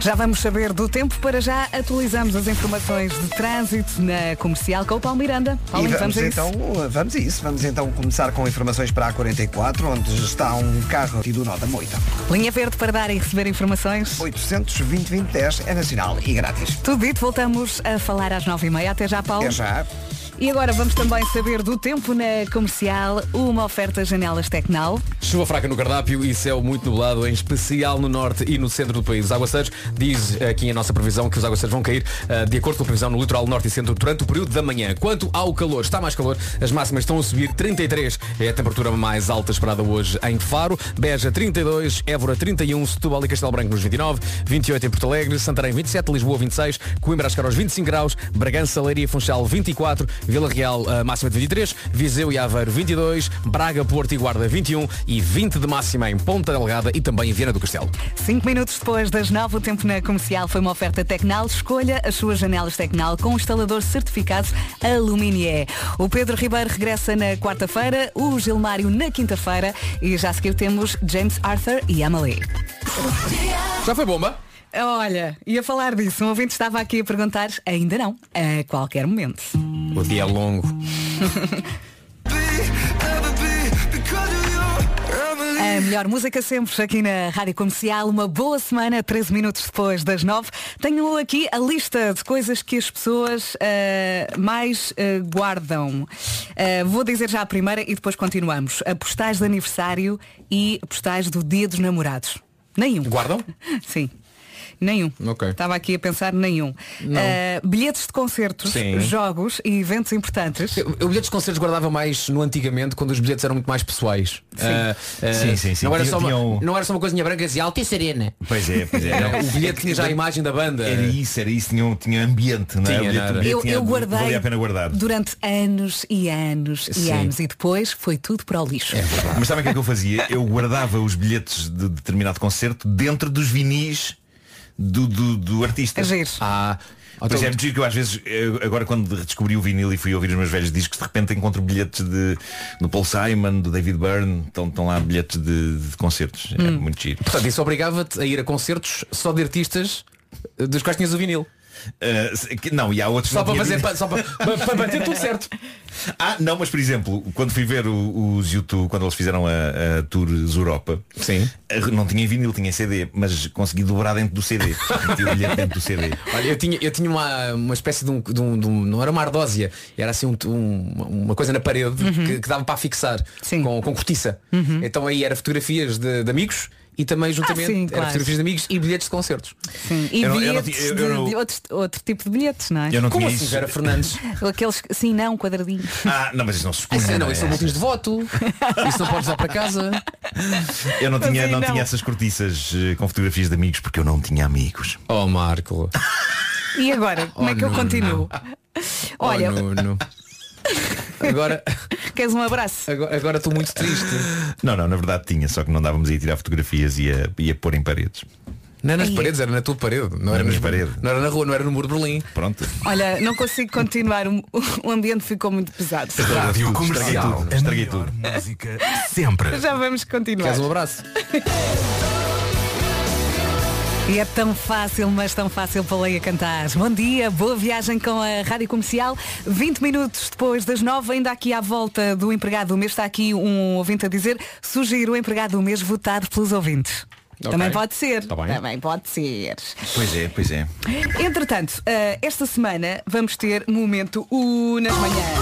Speaker 2: Já vamos saber do tempo. Para já, atualizamos as informações de trânsito na comercial com o Paulo Miranda. Paulo,
Speaker 1: E
Speaker 2: vamos
Speaker 1: vamos,
Speaker 2: a isso.
Speaker 1: então, vamos a isso. Vamos então começar com informações para a 44, onde está um carro e do nó da moita.
Speaker 2: Linha Verde para dar e receber informações.
Speaker 1: 820 2010 é nacional e grátis.
Speaker 2: Tudo dito, voltamos a falar às nove e meia. Até já, Paulo.
Speaker 1: Até já.
Speaker 2: E agora vamos também saber do tempo na comercial, uma oferta Janelas Tecnal.
Speaker 5: Chuva fraca no cardápio e céu muito nublado, em especial no norte e no centro do país. Os aguaceiros, diz aqui a nossa previsão que os aguaceiros vão cair eh, de acordo com a previsão no litoral norte e centro durante o período da manhã. Quanto ao calor, está mais calor, as máximas estão a subir. 33 é a temperatura mais alta esperada hoje em Faro, Beja 32, Évora 31, Setúbal e Castelo Branco nos 29, 28 em Porto Alegre, Santarém 27, Lisboa 26, Coimbra a chegar aos 25 graus, Bragança, Leiria e Funchal 24, Vila Real a máxima de 23, Viseu e Aveiro 22, Braga, Porto e Guarda 21 e 20 de máxima em Ponta Delgada e também em Viana do Castelo.
Speaker 2: Cinco minutos depois das nove, o tempo na comercial foi uma oferta Tecnal. Escolha as suas janelas Tecnal com um instalador certificado Aluminié. O Pedro Ribeiro regressa na quarta-feira, o Gilmário na quinta-feira e já a seguir temos James Arthur e Emily.
Speaker 5: Já foi bomba?
Speaker 2: Olha, ia falar disso. Um ouvinte estava aqui a perguntar, ainda não, a qualquer momento.
Speaker 5: O dia é longo.
Speaker 2: A melhor música sempre aqui na Rádio Comercial, uma boa semana, 13 minutos depois das 9. Tenho aqui a lista de coisas que as pessoas eh, mais eh, guardam. Eh, vou dizer já a primeira e depois continuamos. A postais de aniversário e postais do Dia dos Namorados. Nenhum.
Speaker 5: Guardam?
Speaker 2: Sim. Nenhum.
Speaker 5: Ok.
Speaker 2: Estava aqui a pensar nenhum. Eh, bilhetes de concertos,
Speaker 8: Sim.
Speaker 2: jogos e eventos importantes.
Speaker 5: Eu, eu bilhetes de concertos guardava mais no antigamente, quando os bilhetes eram muito mais pessoais. Ah, ah,
Speaker 8: Sim, sim, sim.
Speaker 5: Não era,
Speaker 8: Tinha-
Speaker 5: só uma,
Speaker 8: tinha um-
Speaker 5: não era só uma coisinha branca assim, alta e serena.
Speaker 8: Pois é, pois é. não.
Speaker 5: O bilhete tinha já a imagem da banda.
Speaker 8: Era isso, era isso, tinha, um- tinha ambiente, não é?
Speaker 5: Tinha,
Speaker 8: O bilhete-
Speaker 5: não era?
Speaker 8: o bilhete
Speaker 2: Eu,
Speaker 8: tinha-
Speaker 2: eu guardei
Speaker 8: Valia a pena guardar.
Speaker 2: durante anos e anos e
Speaker 5: Sim.
Speaker 2: anos e depois foi tudo para o lixo.
Speaker 8: Mas sabem o que é que eu fazia? Eu guardava os bilhetes de determinado concerto dentro dos vinis do, do, do artista.
Speaker 2: É giro.
Speaker 5: Ah,
Speaker 8: Por
Speaker 5: então-
Speaker 8: exemplo, digo é que eu às vezes, eu- agora quando descobri o vinil e fui ouvir os meus velhos discos, de repente encontro bilhetes de, do Paul Simon, do David Byrne, estão, estão lá bilhetes de, de concertos.
Speaker 5: Hum.
Speaker 8: É muito giro.
Speaker 5: Portanto, isso obrigava-te a ir a concertos só de artistas eh, dos quais tinhas o vinil.
Speaker 8: Ah, se- que- não, e há outros que
Speaker 5: Só
Speaker 8: não
Speaker 5: para
Speaker 8: tinha
Speaker 5: fazer
Speaker 8: vinil.
Speaker 5: pa- só para, para- para bater tudo certo.
Speaker 8: Ah, não, mas por exemplo, quando fui ver o- os YouTube, quando eles fizeram a, a Tour Europa,
Speaker 5: Sim.
Speaker 8: a- não tinha em vinil, tinha em CD, mas consegui dobrar dentro do CD. Meti o bilhete dentro do CD.
Speaker 5: Olha, eu tinha, eu tinha uma, uma espécie de um, de um- de um- Não era uma ardósia, era assim um- um- uma coisa na parede que, que dava para fixar
Speaker 2: Sim.
Speaker 5: com, com cortiça. Então aí era fotografias de, de amigos e também juntamente
Speaker 2: sim,
Speaker 5: era
Speaker 2: claro.
Speaker 5: fotografias de amigos e bilhetes de concertos.
Speaker 2: Sim. E
Speaker 8: Eu não- eu não
Speaker 2: bilhetes
Speaker 8: ti- eu-
Speaker 2: de-
Speaker 8: eu não-
Speaker 2: de outros- outro tipo de bilhetes, não é?
Speaker 8: Eu não
Speaker 5: Como
Speaker 8: tinha
Speaker 5: assim,
Speaker 8: isso.
Speaker 5: Vera Fernandes?
Speaker 2: Aqueles que- sim, não, quadradinhos.
Speaker 8: Ah, não, mas isso não se escolhe.
Speaker 5: Assim, não,
Speaker 8: é?
Speaker 5: isso são boletins de voto. Isso não podes dar para casa.
Speaker 8: Eu não tinha,
Speaker 2: Assim,
Speaker 8: não,
Speaker 2: não.
Speaker 8: tinha essas cortiças eh, com fotografias de amigos porque eu não tinha amigos.
Speaker 5: Oh Marco.
Speaker 2: E agora, como é que eu
Speaker 5: Nuno.
Speaker 2: continuo? Olha,
Speaker 5: Oh, Nuno. Agora,
Speaker 2: queres um abraço?
Speaker 5: agora agora estou muito triste.
Speaker 8: Não, não, na verdade tinha, só que não dávamos a ir tirar fotografias e a, e a pôr em paredes.
Speaker 5: Não era nas
Speaker 2: Ai.
Speaker 5: paredes, era na tua parede. Não era
Speaker 8: nas
Speaker 5: nas
Speaker 8: paredes.
Speaker 5: paredes. Não era na rua, não era no muro de Berlim.
Speaker 8: Pronto.
Speaker 2: Olha, não consigo continuar, o, o ambiente ficou muito pesado.
Speaker 5: Ah, um
Speaker 3: Rádio
Speaker 8: Estraguei
Speaker 3: Comercial.
Speaker 8: tudo, estraguei tudo.
Speaker 3: Música sempre.
Speaker 2: Já vamos continuar.
Speaker 5: Queres um abraço?
Speaker 2: E é tão fácil, mas tão fácil para a cantar. Bom dia, boa viagem com a Rádio Comercial. 20 minutos depois das 9, ainda aqui à volta do empregado do mês, está aqui um ouvinte a dizer, sugiro o empregado do mês votado pelos ouvintes. Também pode ser.
Speaker 5: Tá bem.
Speaker 2: Também pode ser.
Speaker 8: Pois é, pois é.
Speaker 2: Entretanto, eh, esta semana vamos ter momento U nas manhãs.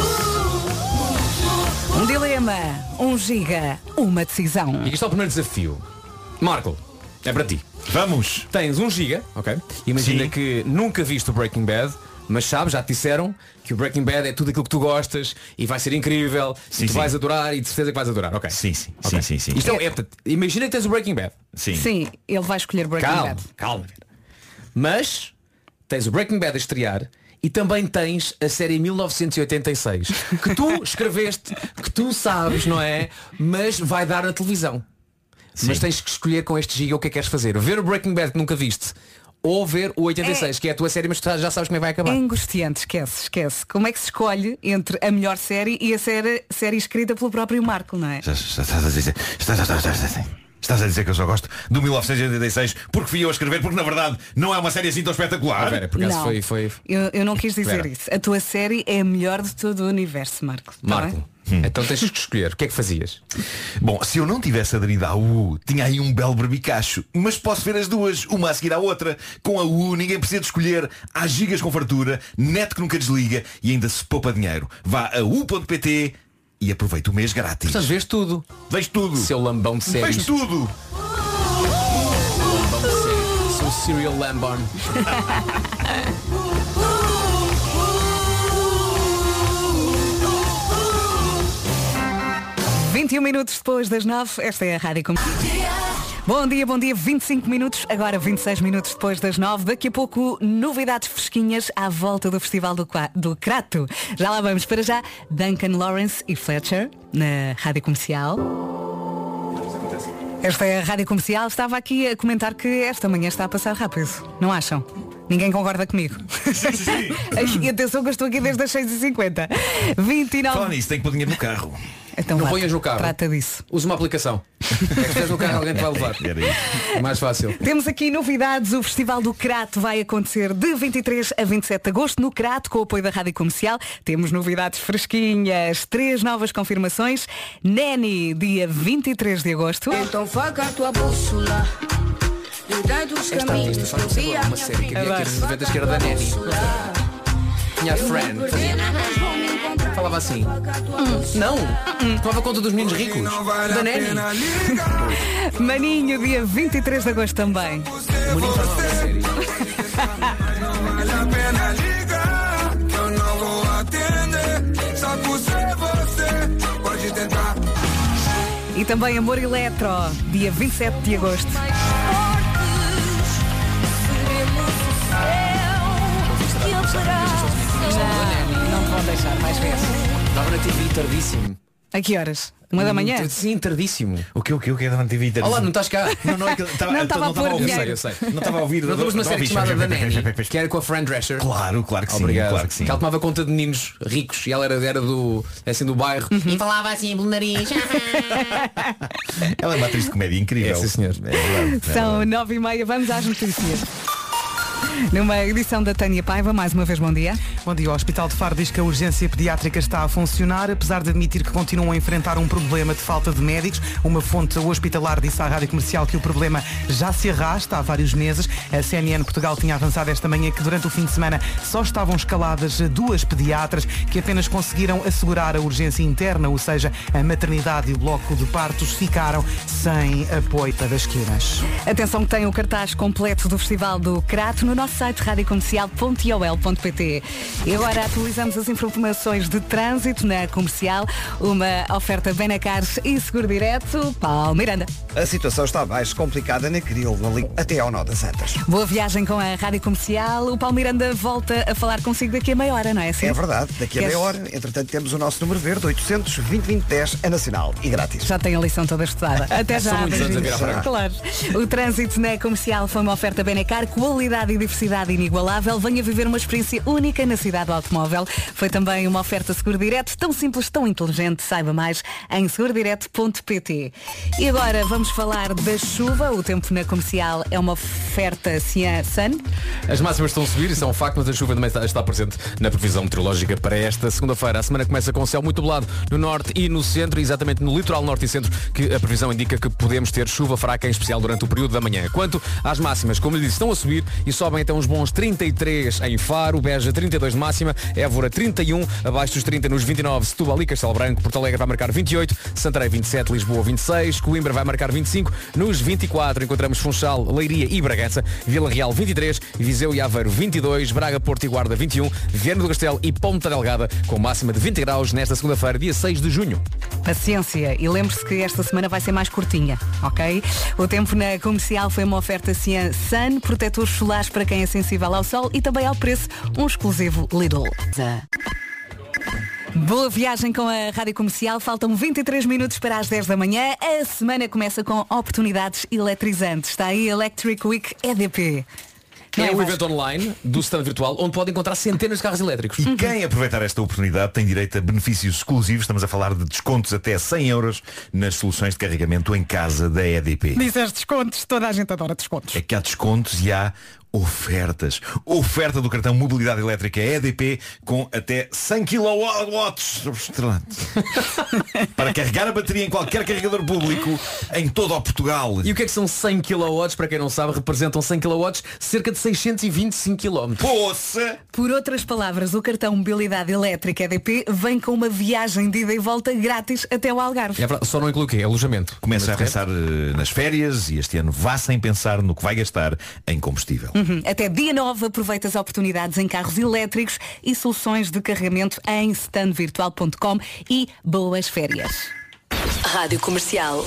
Speaker 2: Um dilema, um giga, uma decisão.
Speaker 5: E isto é o primeiro desafio. Marco, é para ti.
Speaker 8: Vamos!
Speaker 5: Tens um giga, ok? Imagina
Speaker 8: Sim.
Speaker 5: que nunca viste o Breaking Bad, mas sabes, já te disseram que o Breaking Bad é tudo aquilo que tu gostas e vai ser incrível,
Speaker 8: Sim,
Speaker 5: e tu
Speaker 8: sim.
Speaker 5: vais adorar e de certeza que vais adorar, ok?
Speaker 8: Sim, sim,
Speaker 5: Ok.
Speaker 8: sim, sim, sim.
Speaker 5: Isto é, um- é, portanto, imagina que tens o Breaking Bad.
Speaker 8: Sim.
Speaker 2: Sim, ele vai escolher Breaking
Speaker 5: Calma,
Speaker 2: Bad.
Speaker 5: calma. Vera. Mas tens o Breaking Bad a estrear e também tens a série 1986 que tu escreveste, que tu sabes, não é? Mas vai dar na televisão. Mas tens que escolher com este giga o que é que queres fazer. Ver o Breaking Bad que nunca viste ou ver o 86, que é a tua série, mas tu já sabes como é que vai
Speaker 2: É
Speaker 5: acabar.
Speaker 2: angustiante, esquece, esquece. Como é que se escolhe entre a melhor série e a série, série escrita pelo próprio Marco, não é?
Speaker 8: Já- já Estás a dizer. Estás, estás, estás, estás- estás a dizer que eu só gosto do 1986 porque fui eu a escrever, porque na verdade não é uma série assim tão
Speaker 5: Ah,
Speaker 8: espetacular.
Speaker 5: Vera, por acaso
Speaker 2: não,
Speaker 5: foi, foi...
Speaker 2: Eu, eu não quis dizer
Speaker 5: Vera.
Speaker 2: isso. A tua série é a melhor de todo o universo, Marco. tá
Speaker 5: Marco,
Speaker 2: bem?
Speaker 5: então tens que escolher. O que é que fazias?
Speaker 8: Bom, se eu não tivesse aderido à U, tinha aí um belo berbicacho. Mas posso ver as duas, uma a seguir à outra. Com a U, ninguém precisa de escolher. Há gigas com fartura, net que nunca desliga e ainda se poupa dinheiro. Vá a U.pt e aproveita o mês grátis.
Speaker 5: Portanto, vês tudo.
Speaker 8: Vejo tudo.
Speaker 5: Seu lambão de séries.
Speaker 8: Vejo tudo.
Speaker 5: Seu serial lambon.
Speaker 2: um Tá bem? 21 minutos depois das 9, esta é a Rádio Com... Bom dia, bom dia. 25 minutos, agora 26 minutos depois das 9. Daqui a pouco, novidades fresquinhas à volta do Festival do, Qua- do Crato. Já lá vamos. Para já, Duncan Lawrence e Fletcher, na Rádio Comercial. Esta é a Rádio Comercial. Estava aqui a comentar que esta manhã está a passar rápido. Não acham? Ninguém concorda comigo. e atenção que eu estou aqui desde as 6h50.
Speaker 5: Ah.
Speaker 2: 29.
Speaker 8: Fala nisso, tenho que pôr dinheiro no carro.
Speaker 2: Então,
Speaker 5: Não
Speaker 2: vá,
Speaker 5: ponhas no carro.
Speaker 2: Trata disso.
Speaker 5: Usa uma aplicação. É que se no carro alguém te vai levar.
Speaker 8: É, Era isso.
Speaker 5: Mais fácil.
Speaker 2: Temos aqui novidades. O Festival do Crato vai acontecer de 23 a 27 de agosto no Crato, com o apoio da Rádio Comercial. Temos novidades fresquinhas. Três novas confirmações. Neni, dia 23 de agosto.
Speaker 7: Então vaga a tua bússola Lidai dos
Speaker 5: Esta artista
Speaker 7: caminhos
Speaker 5: só não sei qual é uma série que havia aqui nos 90 que era da Neni. Minha friend. Fazia- Falava assim.
Speaker 8: Hum.
Speaker 5: Não! Hum. Tomava conta dos meninos ricos. Da Neni.
Speaker 2: né, Maninho, dia 23 de agosto também.
Speaker 5: O menino estava na série.
Speaker 2: E também Amor Eletro, dia 27 de agosto. Não vou deixar mais ver.
Speaker 5: Estava na TV tardíssimo. Hum,
Speaker 2: A que horas? Uma da manhã?
Speaker 5: Sim, tardíssimo.
Speaker 8: O que, o que, o que é da TV?
Speaker 5: Olá, não tá- estás cá?
Speaker 8: Não, não, é que eu tava-
Speaker 2: Não
Speaker 8: eu
Speaker 2: tava a pôr
Speaker 8: a ouvir.
Speaker 2: dinheiro.
Speaker 5: Eu sei, eu sei.
Speaker 8: Não estava a ouvir.
Speaker 5: Nós temos uma
Speaker 8: Não
Speaker 5: série
Speaker 8: ouvi.
Speaker 5: chamada da Neni, que era com a Fran Drescher.
Speaker 8: Claro, claro que sim.
Speaker 5: Obrigado.
Speaker 8: Claro que sim.
Speaker 5: ela tomava conta de meninos ricos e ela era, era do, assim, do bairro. E falava assim pelo nariz.
Speaker 8: Ela é uma atriz de comédia incrível.
Speaker 5: É, sim, senhor.
Speaker 8: É verdade.
Speaker 2: São nove e meia, vamos às notícias. Numa edição da Tânia Paiva, mais uma vez bom dia.
Speaker 4: Bom dia, o Hospital de Faro diz que a urgência pediátrica está a funcionar, apesar de admitir que continuam a enfrentar um problema de falta de médicos. Uma fonte hospitalar disse à rádio comercial que o problema já se arrasta há vários meses. A CNN Portugal tinha avançado esta manhã que durante o fim de semana só estavam escaladas duas pediatras que apenas conseguiram assegurar a urgência interna, ou seja, a maternidade e o bloco de partos ficaram sem apoio das esquinas.
Speaker 2: Atenção que tem o cartaz completo do Festival do Crato no nosso site radiocomercial.iol.pt E agora atualizamos as informações de trânsito na comercial. Uma oferta Benacares e Seguro Direto, Paulo Miranda.
Speaker 1: A situação está mais complicada na Cril, ali até ao Nó das Antas.
Speaker 2: Boa viagem com a Rádio Comercial. O Paulo Miranda volta a falar consigo daqui a meia hora, não é assim?
Speaker 1: É verdade, daqui a
Speaker 2: Queres-
Speaker 1: meia hora, entretanto temos o nosso número verde, 800 2010 é nacional e grátis.
Speaker 2: Já tem a lição toda estudada. Até já.
Speaker 5: muitos anos a virar
Speaker 2: beijinhos. Claro. O trânsito na comercial foi uma oferta Benecar, qualidade e diversidade inigualável. Venha viver uma experiência única na cidade do automóvel. Foi também uma oferta Seguro Direto, tão simples, tão inteligente. Saiba mais em segurodireto.pt. E agora vamos falar da chuva. O tempo na comercial é uma oferta Cian Sun.
Speaker 5: As máximas estão a subir, isso é um facto, mas a chuva também está, está presente na previsão meteorológica para esta segunda-feira. A semana começa com céu muito nublado no norte e no centro, e exatamente no litoral norte e centro, que a previsão indica que podemos ter chuva fraca, em especial durante o período da manhã. Quanto às máximas, como lhe disse, estão a subir e sobem até uns bons 33 em Faro, Beja 32 de máxima, Évora 31, abaixo dos 30 nos 29, Setúbal e Castelo Branco, Porto Alegre vai marcar 28, Santarém 27, Lisboa 26, Coimbra vai marcar 25, nos 24 encontramos Funchal, Leiria e Bragança, Vila Real 23, Viseu e Aveiro 22, Braga, Porto e Guarda 21, Viana do Castelo e Ponta Delgada com máxima de 20 graus nesta segunda-feira, dia 6 de junho.
Speaker 2: Paciência e lembre-se que esta semana vai ser mais curtinha, ok? O tempo na comercial foi uma oferta Cian Sun, protetores solares para quem é sensível ao sol e também ao preço, um exclusivo Lidl. Boa viagem com a Rádio Comercial. Faltam 23 minutos para as 10 da manhã. A semana começa com oportunidades eletrizantes. Está aí Electric Week EDP. Não
Speaker 5: É um
Speaker 2: Vasco?
Speaker 5: evento online do stand virtual onde pode encontrar centenas de carros elétricos.
Speaker 2: Uhum.
Speaker 8: E quem aproveitar esta oportunidade tem direito a benefícios exclusivos. Estamos a falar de descontos até 100 euros nas soluções de carregamento em casa da EDP.
Speaker 2: Disseste descontos, toda a gente adora descontos.
Speaker 8: é que há descontos e há ofertas. Oferta do cartão Mobilidade Elétrica EDP com até 100 kW para carregar a bateria em qualquer carregador público em todo o Portugal.
Speaker 5: E o que é que são 100 kW? Para quem não sabe, representam 100 kW cerca de 625 km.
Speaker 8: Poça!
Speaker 2: Por outras palavras, o cartão Mobilidade Elétrica EDP vem com uma viagem de ida e volta grátis até o Algarve.
Speaker 5: É verdade, só não inclui o quê? Alojamento.
Speaker 8: Começa a
Speaker 5: Mas,
Speaker 8: pensar eh, nas férias e este ano vá sem pensar no que vai gastar em combustível.
Speaker 2: Uhum. Até dia 9 aproveita as oportunidades em carros elétricos e soluções de carregamento em standvirtual.com e boas férias.
Speaker 7: Rádio Comercial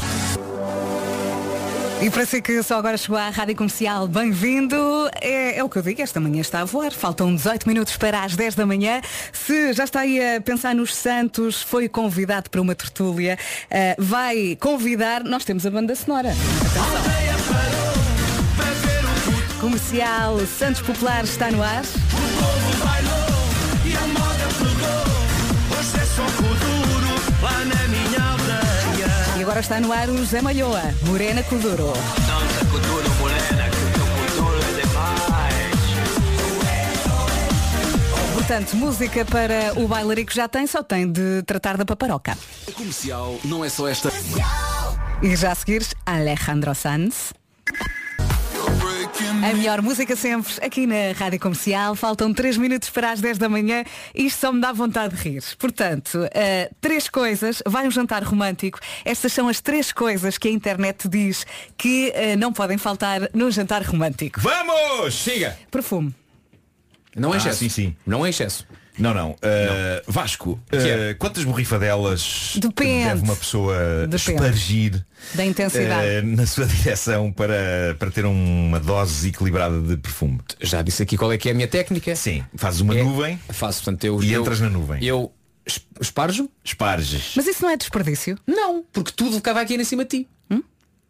Speaker 2: E para si que só agora chegou à Rádio Comercial, bem-vindo. É, é o que eu digo, esta manhã está a voar. Faltam 18 minutos para as 10 da manhã. Se já está aí a pensar nos Santos, foi convidado para uma tertúlia, eh, vai convidar, nós temos a banda sonora. Atenção. Comercial Santos Populares está no ar. E agora está no ar o Zé Malhoa, Morena Coduro. Portanto, música para o bailarico já tem, só tem de tratar da paparoca.
Speaker 3: A comercial não é só esta.
Speaker 2: E já a seguir, Alejandro Sanz. A melhor música sempre, aqui na Rádio Comercial. Faltam 3 minutos para as 10 da manhã. Isto só me dá vontade de rir. Portanto, eh, três coisas. Vai um jantar romântico. Estas são as três coisas que a internet diz que eh, não podem faltar num jantar romântico.
Speaker 8: Vamos! Siga!
Speaker 2: Perfume.
Speaker 5: Não é
Speaker 8: Ah,
Speaker 5: excesso.
Speaker 8: sim, sim.
Speaker 5: Não é excesso.
Speaker 8: Não, não. Uh, Vasco,
Speaker 5: é?
Speaker 8: uh, quantas borrifadelas
Speaker 2: Depende.
Speaker 8: deve uma pessoa
Speaker 2: Depende.
Speaker 8: espargir
Speaker 2: Da intensidade.
Speaker 8: uh, na sua direção para, para ter uma dose equilibrada de perfume?
Speaker 5: Já disse aqui qual é que é a minha técnica.
Speaker 8: Sim, fazes uma
Speaker 5: É-
Speaker 8: nuvem,
Speaker 5: Faço, portanto, eu,
Speaker 8: E
Speaker 5: eu-
Speaker 8: entras na nuvem.
Speaker 5: Eu es- esparjo?
Speaker 8: esparges.
Speaker 2: Mas isso não é desperdício?
Speaker 5: Não, porque tudo cá vai aqui em cima de ti.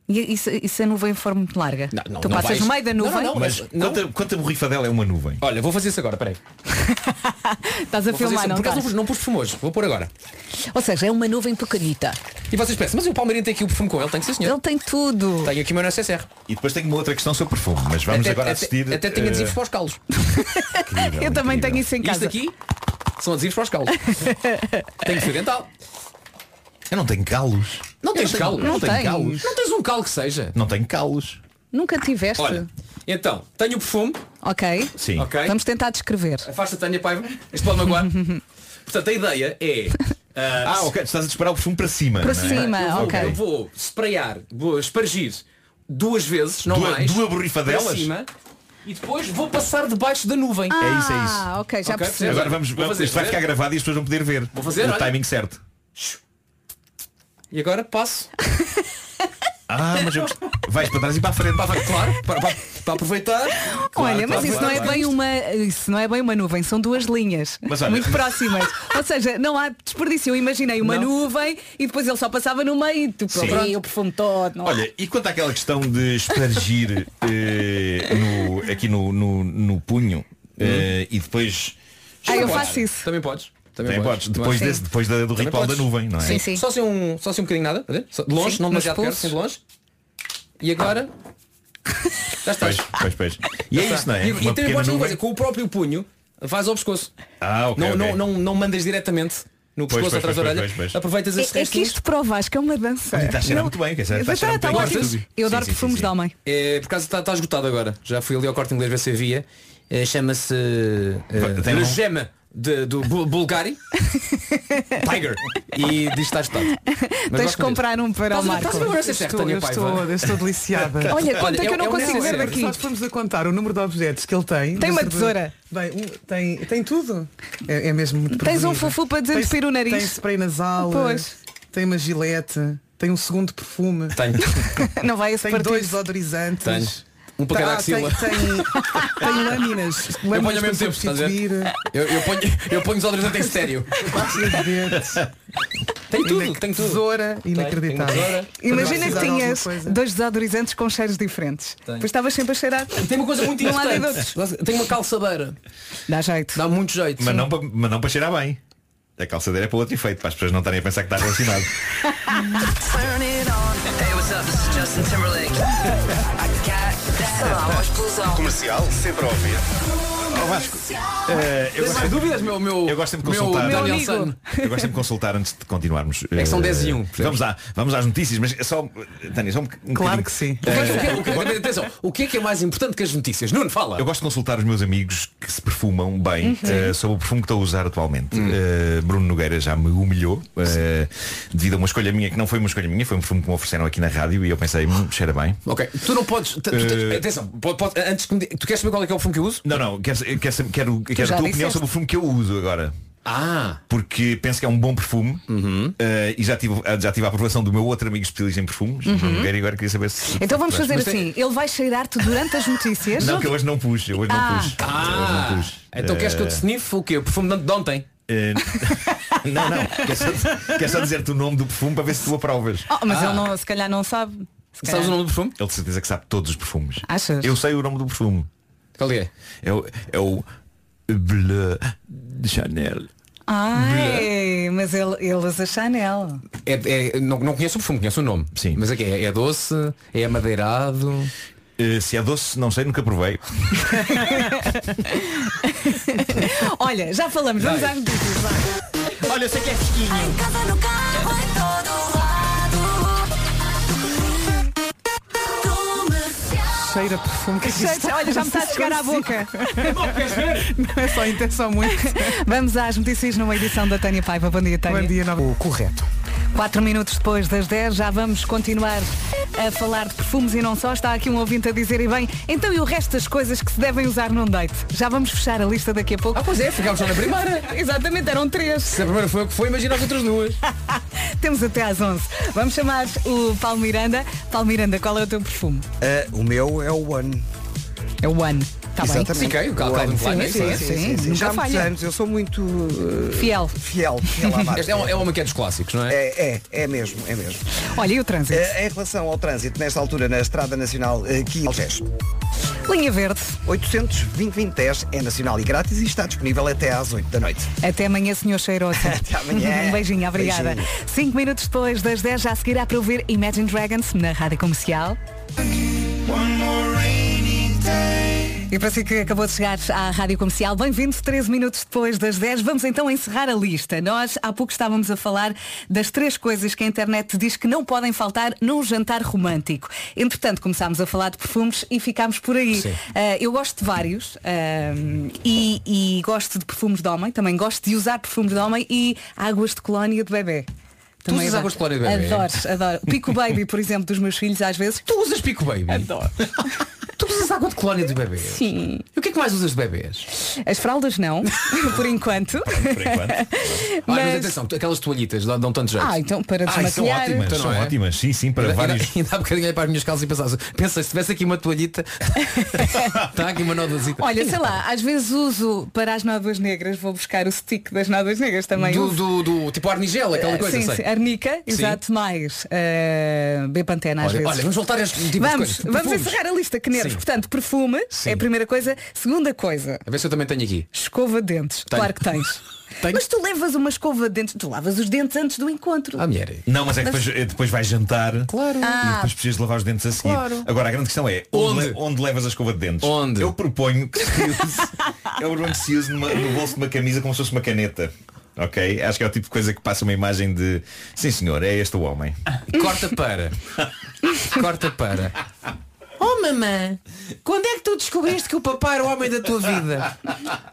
Speaker 2: E, e, se, e se a nuvem for muito larga?
Speaker 5: Não, não,
Speaker 2: tu
Speaker 5: não
Speaker 2: passas
Speaker 5: vais-
Speaker 2: no meio da
Speaker 5: Não,
Speaker 2: nuvem,
Speaker 5: não, não.
Speaker 8: Mas
Speaker 5: Não.
Speaker 8: quanta, quanta borrifadela é uma nuvem?
Speaker 5: Olha, vou fazer isso agora, peraí.
Speaker 2: estás a
Speaker 5: Vou fazer
Speaker 2: filmar, não
Speaker 5: isso. Por acaso não
Speaker 2: estás?
Speaker 5: pus, não pus perfume hoje. Vou pôr agora.
Speaker 2: Ou seja, é uma nuvem pequenita.
Speaker 5: E vocês pensam, mas o Palmeirinho tem aqui o perfume com ele, tem que ser senhor.
Speaker 2: Ele tem tudo.
Speaker 5: Tenho aqui o meu NSSR.
Speaker 8: E depois tenho uma outra questão sobre perfume, mas vamos
Speaker 5: até,
Speaker 8: agora
Speaker 5: até,
Speaker 8: assistir.
Speaker 5: até tenho
Speaker 8: uh,
Speaker 5: adesivos para os calos.
Speaker 8: incrível,
Speaker 2: Eu também
Speaker 8: incrível.
Speaker 2: tenho isso em
Speaker 5: Isto
Speaker 2: casa.
Speaker 5: aqui são adesivos para os calos. tenho fio dental.
Speaker 8: Eu não tenho calos.
Speaker 5: Não tens um calo.
Speaker 2: não
Speaker 5: tenho
Speaker 2: tens.
Speaker 5: calo. Não tens um calo que seja.
Speaker 8: Não tenho calos.
Speaker 2: Nunca tiveste?
Speaker 5: Olha, então, tenho o perfume,
Speaker 2: Ok.
Speaker 8: Sim.
Speaker 5: ok?
Speaker 2: Vamos tentar descrever.
Speaker 5: Afasta Tânia Paiva. Isto pode magoar. Portanto, a ideia é. ah,
Speaker 8: Ah, ok. Tu estás a disparar o perfume para cima.
Speaker 2: Para
Speaker 8: não é?
Speaker 2: cima,
Speaker 5: eu vou,
Speaker 2: ok.
Speaker 5: eu vou sprayar, vou espargir duas vezes, não
Speaker 8: Duas-
Speaker 5: mais.
Speaker 8: duas borrifadelas?
Speaker 5: para cima, e depois vou passar debaixo da nuvem.
Speaker 8: É isso, é isso.
Speaker 2: Ah, ok, já
Speaker 5: Ok,
Speaker 2: percebi.
Speaker 8: Agora vamos,
Speaker 5: Vou
Speaker 8: vamos
Speaker 5: fazer,
Speaker 8: isto vai
Speaker 5: vou
Speaker 8: ficar
Speaker 5: fazer.
Speaker 8: gravado e as pessoas vão poder ver.
Speaker 5: Vou fazer,
Speaker 8: O
Speaker 5: olha.
Speaker 8: timing certo.
Speaker 5: E agora passo.
Speaker 8: Ah, mas eu gost- Vais para trás e para a frente.
Speaker 5: Pá, vai, claro, para, para- para aproveitar.
Speaker 2: Olha, mas
Speaker 5: claro,
Speaker 2: isso não
Speaker 5: claro,
Speaker 2: é
Speaker 5: claro.
Speaker 2: bem uma isso não é bem uma nuvem, são duas linhas
Speaker 8: Mas olha-
Speaker 2: muito próximas. Ou seja, não há desperdício. Eu imaginei uma
Speaker 5: Não.
Speaker 2: nuvem e depois ele só passava no meio e tu
Speaker 8: Sim.
Speaker 2: pronto, e o perfume todo. Não.
Speaker 8: Olha, e quanto àquela questão de espargir eh, no- aqui no, no- no punho
Speaker 5: Uhum.
Speaker 8: eh, e depois.
Speaker 2: Ah, eu
Speaker 5: Também
Speaker 2: faço
Speaker 5: podes.
Speaker 2: isso.
Speaker 5: Também podes.
Speaker 8: Também podes, depois,
Speaker 5: Também-
Speaker 8: desse- depois da- do
Speaker 5: Também
Speaker 8: ritual
Speaker 5: podes.
Speaker 8: da nuvem, não é?
Speaker 2: Sim, sim.
Speaker 5: Só assim um, só assim um bocadinho nada, a ver? Só de longe,
Speaker 2: Sim,
Speaker 5: não
Speaker 2: nos
Speaker 5: demasiado perto,
Speaker 2: pulsos.
Speaker 5: sim, de longe. E agora? Já estás.
Speaker 8: Pois, pois, pois. E é isso, não é?
Speaker 5: E,
Speaker 8: Uma
Speaker 5: e também
Speaker 8: pequena
Speaker 5: podes fazer uma
Speaker 8: nuvem.
Speaker 5: coisa, com o próprio punho, vais ao pescoço.
Speaker 8: Ah, ok,
Speaker 5: não,
Speaker 8: ok.
Speaker 5: Não, não, não mandas diretamente no
Speaker 8: Pois,
Speaker 5: pescoço
Speaker 8: pois,
Speaker 5: atrás da
Speaker 8: pois,
Speaker 5: orelha.
Speaker 8: pois, pois.
Speaker 5: Aproveitas esses
Speaker 2: É, é que
Speaker 5: restinhos.
Speaker 2: isto para o Vasco é uma dança.
Speaker 8: Olha, está a cheirar
Speaker 2: Não-
Speaker 8: muito bem, quer dizer, está a
Speaker 2: Está
Speaker 8: cheirar
Speaker 2: está
Speaker 8: muito bem.
Speaker 2: ótimo.
Speaker 8: Gostas?
Speaker 2: Eu
Speaker 8: Sim,
Speaker 2: adoro
Speaker 8: sim,
Speaker 2: perfumes
Speaker 8: sim,
Speaker 2: de
Speaker 8: sim.
Speaker 2: homem.
Speaker 5: É, por acaso está tá esgotado agora. Já fui ali ao corte inglês ver se havia. É, Chama-se
Speaker 8: Tem um
Speaker 5: uh,
Speaker 8: nome?
Speaker 5: Gema de, do Bul- Bulgari Tiger. E diz que está esgotado. Mas
Speaker 2: Tens
Speaker 5: gosto
Speaker 2: de comprar um para o
Speaker 5: Estás a-
Speaker 2: Marco.
Speaker 5: estás a ver essa certa,
Speaker 4: Estou,
Speaker 5: é Tânia
Speaker 4: eu
Speaker 5: Paiva?
Speaker 4: estou, eu estou deliciada.
Speaker 2: Olha, conta
Speaker 5: Olha,
Speaker 2: que
Speaker 5: é-
Speaker 2: eu não
Speaker 5: é um
Speaker 2: consigo ver
Speaker 5: necessário.
Speaker 2: daqui.
Speaker 4: Nós formos a contar o número de objetos que ele tem.
Speaker 2: Tem uma
Speaker 4: Mas-
Speaker 2: tesoura.
Speaker 4: Bem, um- tem, tem tudo. É, é mesmo muito
Speaker 2: Tens um
Speaker 4: prevenida.
Speaker 2: fufu para
Speaker 4: Tem-
Speaker 2: desentupiar o nariz.
Speaker 4: Tem spray nasal. eh,
Speaker 2: Pois.
Speaker 4: Tem uma gilete. Tem um segundo perfume.
Speaker 5: Tenho,
Speaker 2: Não vai esse
Speaker 4: Tem
Speaker 2: partido.
Speaker 4: dois odorizantes.
Speaker 5: tenho. Um
Speaker 2: Tá,
Speaker 5: para cada
Speaker 4: Ah, tem,
Speaker 5: axila.
Speaker 4: tem- tem lâminas.
Speaker 5: Eu ponho
Speaker 4: Lâminas
Speaker 5: ao
Speaker 4: para
Speaker 5: mesmo tempo, estás a ver?
Speaker 4: substituir. eh,
Speaker 5: Eu, eu ponho, eu ponho os outros até em estéreo.
Speaker 4: Dedos.
Speaker 5: Tem tudo, tem tudo.
Speaker 4: Tesoura
Speaker 5: Tem uma
Speaker 4: inacreditável.
Speaker 5: tesoura.
Speaker 2: Imagina que
Speaker 4: Precisar de
Speaker 2: tinhas
Speaker 4: alguma coisa.
Speaker 2: dois desodorizantes com cheiros diferentes. Pois estavas sempre a cheirar.
Speaker 5: Tem uma coisa muito
Speaker 2: De um lado e do
Speaker 5: importante. Tem uma calçadeira.
Speaker 2: Dá jeito.
Speaker 5: Dá muito jeito.
Speaker 8: Mas não, para, mas não para cheirar bem. A calçadeira é para outro efeito, para as pessoas não estarem a pensar que está relacionado. Comercial, sempre a ouvir. Vasco, eh, eu, gosto,
Speaker 5: Sem dúvidas, meu, meu,
Speaker 8: Eu gosto sempre de
Speaker 5: meu,
Speaker 8: consultar.
Speaker 5: meu
Speaker 8: Meu
Speaker 5: Daniel
Speaker 2: amigo.
Speaker 5: San.
Speaker 8: eu gosto sempre de consultar antes de continuarmos.
Speaker 5: que são
Speaker 8: eh,
Speaker 5: 10 e um,
Speaker 8: Vamos lá, vamos às notícias, mas é só. Tânia, só um, boc- um
Speaker 4: Claro
Speaker 8: bocadinho.
Speaker 4: que sim.
Speaker 5: Mas o que é- o que é- atenção, o que é que é mais importante que as notícias? Nuno, fala.
Speaker 8: Eu gosto de consultar os meus amigos que se perfumam bem
Speaker 4: Uhum.
Speaker 8: eh, sobre o perfume que estou a usar atualmente. Eh, Bruno Nogueira já me humilhou eh, devido a uma escolha minha que não foi uma escolha minha, foi um perfume que me ofereceram aqui na rádio e eu pensei, hum, cheira bem.
Speaker 5: Ok, tu não podes. tu- tu-
Speaker 8: Eh,
Speaker 5: Atenção, pode- pode- antes que me di- tu queres saber qual é que é o perfume que eu uso?
Speaker 8: Não, não, quero, quero, quero, quero a
Speaker 2: já
Speaker 8: tua opinião
Speaker 2: disseste.
Speaker 8: sobre o perfume que eu uso agora.
Speaker 5: Ah,
Speaker 8: porque penso que é um bom perfume eh, e já tive, já tive a aprovação do meu outro amigo especialista em perfumes e agora queria saber se
Speaker 2: Então vamos fazer
Speaker 5: Mas tem-
Speaker 2: assim, ele vai cheirar-te durante as notícias.
Speaker 8: não, que eu hoje não pus, eu hoje
Speaker 2: Ah.
Speaker 8: não pus.
Speaker 5: ah.
Speaker 8: Eu hoje não pus.
Speaker 5: Então queres que eu te sniffe o quê? O perfume de ontem?
Speaker 8: Eh, não, não, quer só, quer só dizer-te o nome do perfume para ver se tu aprovas.
Speaker 2: Oh, mas ele não, se calhar não sabe. Se calhar-
Speaker 5: Sabes o nome do perfume?
Speaker 8: Ele de certeza que sabe todos os perfumes.
Speaker 2: Achas?
Speaker 8: um- Eu sei o nome do perfume.
Speaker 5: Qual é?
Speaker 8: É o, é o Bleu de Chanel.
Speaker 2: Ai, mas ele, ele usa Chanel.
Speaker 5: é, é- não, não conheço o perfume, conheço o nome.
Speaker 8: Sim.
Speaker 5: Mas é que é, é doce, é amadeirado.
Speaker 8: Eh, se é doce, não sei, nunca provei.
Speaker 2: Olha, já falamos, vamos
Speaker 5: Vai.
Speaker 2: às notícias. vai.
Speaker 5: Olha, eu sei que é fresquinho.
Speaker 7: Em casa, no carro, em todo lado. Comercial.
Speaker 4: Cheira perfume que
Speaker 2: Cheira- cheira- Olha, já me está a chegar à boca.
Speaker 4: Não é só intenção muito.
Speaker 2: Vamos às notícias numa edição da Tânia Paiva. Bom dia, Tânia.
Speaker 4: Bom dia, não- O correto.
Speaker 2: Quatro minutos depois das 10, já vamos continuar a falar de perfumes e não só. Está aqui um ouvinte a dizer, e bem, então e o resto das coisas que se devem usar num date? Já vamos fechar a lista daqui a pouco.
Speaker 5: Ah, pois é, ficámos só na primeira.
Speaker 2: Exatamente, eram três.
Speaker 5: Se é a primeira foi o que foi, imagina as outras duas.
Speaker 2: Temos até às 11. Vamos chamar o Paulo Miranda. Paulo Miranda, qual é o teu perfume?
Speaker 1: Ah, o meu é o One.
Speaker 2: É o One. Está bem.
Speaker 1: Exatamente.
Speaker 5: Fiquei, o Cal- Calvin Klein, é isso, é?
Speaker 2: sim, sim, nunca
Speaker 1: Já há muitos
Speaker 2: falha.
Speaker 1: anos, eu sou muito uh,
Speaker 2: Fiel.
Speaker 1: fiel, fiel à marca.
Speaker 5: Este é um, é um maquete dos clássicos, não é?
Speaker 1: É, é, é mesmo, é mesmo.
Speaker 2: Olha, e o trânsito?
Speaker 1: Eh, em relação ao trânsito, nesta altura, na Estrada Nacional eh, aqui em Algés,
Speaker 2: Linha verde.
Speaker 1: 800 é nacional e grátis e está disponível até às 8 da noite.
Speaker 2: Até amanhã, senhor cheiroso.
Speaker 1: Até amanhã.
Speaker 2: Um beijinho, obrigada.
Speaker 1: Beijinho.
Speaker 2: Cinco minutos depois das 10, já a seguir há para ouvir Imagine Dragons na Rádio Comercial. E para si que acabou de chegar à Rádio Comercial, bem-vindo 13 minutos depois das 10. Vamos então encerrar a lista. Nós há pouco estávamos a falar das três coisas que a internet diz que não podem faltar num jantar romântico. Entretanto, começámos a falar de perfumes e ficámos por aí. Ah, eu gosto de vários ah, e, e gosto de perfumes de homem, também gosto de usar perfumes de homem e águas de colónia de bebê. Também
Speaker 5: usas
Speaker 2: adoro.
Speaker 5: águas de colónia de é? bebé?
Speaker 2: Adoro, adoro. Pico Baby, por exemplo, dos meus filhos, às vezes.
Speaker 5: Tu usas pico baby? Adoro. tu usas água de colónia de bebês?
Speaker 2: Sim.
Speaker 5: E o que é que mais usas de bebês?
Speaker 2: As fraldas não, por enquanto.
Speaker 8: Por enquanto.
Speaker 5: Olha, mas atenção, tu- aquelas toalhitas dão, dão tanto jeito.
Speaker 2: Ah, então para
Speaker 8: Ai, são
Speaker 2: desmaquilhar.
Speaker 8: ótimas,
Speaker 5: Então não
Speaker 8: são
Speaker 5: é?
Speaker 8: ótimas, sim, sim, para
Speaker 5: Ainda-
Speaker 8: vários.
Speaker 5: Ainda, ainda há bocadinho olhei para as minhas calças e pensava, pensa, se tivesse aqui uma toalhita, está aqui uma nodazita.
Speaker 2: Olha, sei lá, às vezes uso para as nódoas negras, vou buscar o stick das nódoas negras também.
Speaker 5: Do,
Speaker 2: Uso-
Speaker 5: do, do- tipo arnigel, aquela
Speaker 2: Ah,
Speaker 5: coisa,
Speaker 2: sim,
Speaker 5: sei.
Speaker 2: sim, arnica, exato, mais uh, bepantena às
Speaker 5: Olha,
Speaker 2: vezes.
Speaker 5: olha, vamos voltar a este tipo de
Speaker 2: Vamos,
Speaker 5: coisas.
Speaker 2: vamos
Speaker 5: Perfumes.
Speaker 2: encerrar a lista, que nervos.
Speaker 5: Sim.
Speaker 2: Portanto, perfume é a primeira coisa. Segunda coisa,
Speaker 5: A ver se eu também tenho aqui.
Speaker 2: escova de dentes.
Speaker 5: Tenho.
Speaker 2: Claro que tens.
Speaker 5: Tenho.
Speaker 2: Mas tu levas uma escova de dentes, tu lavas os dentes antes do encontro.
Speaker 5: Ah, mulher.
Speaker 8: Não, mas é que depois, é depois vais jantar
Speaker 5: Claro.
Speaker 8: e depois precisas lavar os dentes a seguir. Agora a grande questão é
Speaker 5: Onde?
Speaker 8: onde, onde levas a escova de dentes?
Speaker 5: Onde?
Speaker 8: Eu proponho que se use, eu proponho que se use numa- no bolso de uma camisa como se fosse uma caneta. Ok? Acho que é o tipo de coisa que passa uma imagem de sim senhor, é este o homem.
Speaker 5: Corta para. Corta para. Oh mamã, quando é que tu descobriste que o papai era o homem da tua vida?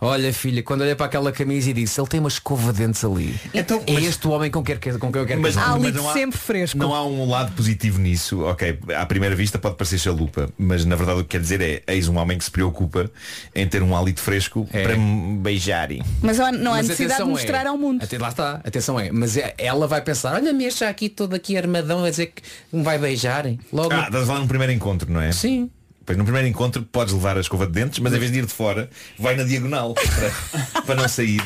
Speaker 5: Olha filha, quando olhei para aquela camisa e disse, ele tem uma escova de dentes ali.
Speaker 8: Então,
Speaker 5: é
Speaker 8: mas-
Speaker 5: este o homem com quem, eu quero- com quem eu quero
Speaker 8: Mas-
Speaker 5: casar.
Speaker 2: Há ali
Speaker 8: mas não há-
Speaker 2: sempre fresco.
Speaker 8: Não há um lado positivo nisso, ok. À primeira vista pode parecer chalupa, mas na verdade o que quer dizer é eis um homem que se preocupa em ter um hálito fresco
Speaker 5: É.
Speaker 8: para me beijarem.
Speaker 2: Mas há- não há
Speaker 5: Mas
Speaker 2: necessidade
Speaker 5: atenção
Speaker 2: de mostrar
Speaker 5: é,
Speaker 2: ao mundo.
Speaker 5: Até lá está, atenção é. Mas é- ela vai pensar, olha me este aqui todo aqui armadão a dizer que me vai beijarem. Logo.
Speaker 8: Ah, estás lá no primeiro encontro, não é?
Speaker 5: Sim.
Speaker 8: Pois no primeiro encontro podes levar a escova de dentes, mas em vez de ir de fora, vai na diagonal para, para não sair.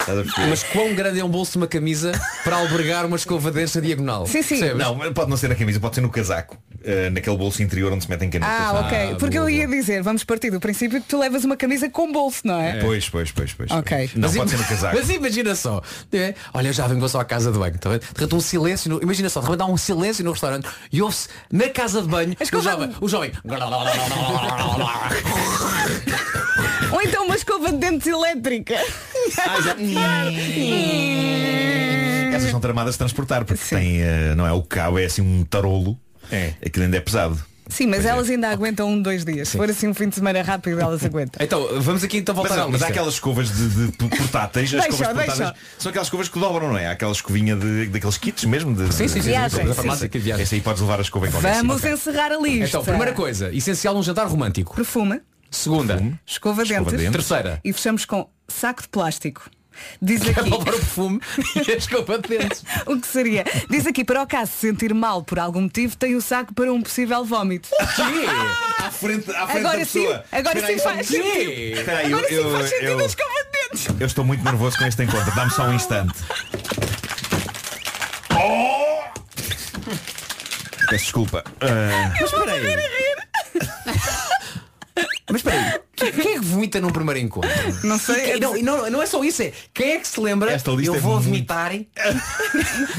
Speaker 8: Estás a perceber?
Speaker 5: Mas quão grande é um bolso de uma camisa para albergar uma escova de dentes na diagonal?
Speaker 2: Sim, sim.
Speaker 5: Percebes?
Speaker 8: Não, pode não ser na camisa, pode ser no casaco, eh, naquele bolso interior onde se metem canetas.
Speaker 2: Ah, ok. Porque eu
Speaker 5: boa,
Speaker 2: ia dizer, vamos partir do princípio que tu levas uma camisa com bolso, não é?
Speaker 8: Pois, pois, pois, pois.
Speaker 2: Ok.
Speaker 8: pois. Não
Speaker 5: Mas
Speaker 8: pode
Speaker 5: im-
Speaker 8: ser no casaco.
Speaker 5: Mas imagina só. é? Olha, eu já venho só à casa de banho. Tá bem? De repente um silêncio. No, imagina só, de repente há um silêncio no restaurante e ouve-se na casa de banho
Speaker 2: Mas
Speaker 5: o
Speaker 2: como-
Speaker 5: jovem. O jovem.
Speaker 2: Ou então uma escova de dentes elétrica.
Speaker 8: Essas são tramadas de transportar, porque tem, eh, não é o cabo, é assim um tarolo.
Speaker 5: É.
Speaker 8: Aquilo ainda é pesado.
Speaker 2: Sim, mas
Speaker 8: Pois é.
Speaker 2: elas ainda aguentam um, dois dias. Se for assim um fim de semana rápido, elas aguentam.
Speaker 5: Então, vamos aqui então
Speaker 8: Mas,
Speaker 5: voltar à
Speaker 8: mas há
Speaker 5: lista.
Speaker 8: aquelas escovas de, de p- portáteis, as
Speaker 2: Deixa,
Speaker 8: escovas portáteis
Speaker 2: deixa.
Speaker 8: são aquelas escovas que dobram, não é? Há aquela escovinha de, daqueles kits mesmo de,
Speaker 5: Sim, sim, sim, sim,
Speaker 2: Viagem,
Speaker 5: sim.
Speaker 2: sim.
Speaker 5: Da farmácia, viagem.
Speaker 8: Esse aí podes levar a escova em qualquer
Speaker 2: Vamos
Speaker 8: sítio.
Speaker 2: encerrar a lista.
Speaker 5: Então, primeira coisa, essencial num jantar romântico.
Speaker 2: Perfume,
Speaker 5: Segunda,
Speaker 2: escova,
Speaker 8: Escova
Speaker 2: dentes.
Speaker 8: dentes.
Speaker 5: terceira,
Speaker 2: E fechamos com saco de plástico. Diz
Speaker 8: é
Speaker 5: Quer
Speaker 2: aqui.
Speaker 5: poupar o perfume e a escova de dentes.
Speaker 2: O que seria? Diz aqui, para o caso de sentir mal por algum motivo, tem o saco para um possível vómito.
Speaker 8: À frente, à frente da
Speaker 2: Agora sim,
Speaker 8: Ah, pessoa.
Speaker 2: agora
Speaker 8: Espera aí,
Speaker 2: sim
Speaker 8: só
Speaker 2: faz
Speaker 8: um
Speaker 2: sentido.
Speaker 8: bocadinho. Espera aí,
Speaker 2: Agora
Speaker 8: eu,
Speaker 2: sim faz sentido
Speaker 8: eu,
Speaker 2: a escova de dentes.
Speaker 8: eu estou muito nervoso com este encontro. Dá-me só um instante. Oh! Peço desculpa. Ah,
Speaker 5: Mas espera aí. Mas espera aí, quem, quem é que vomita num primeiro encontro?
Speaker 2: Não sei,
Speaker 5: E não, e não, não é só isso, é quem é que se lembra
Speaker 8: Esta lista
Speaker 5: eu
Speaker 8: é
Speaker 5: vou
Speaker 8: muito-
Speaker 5: vomitar.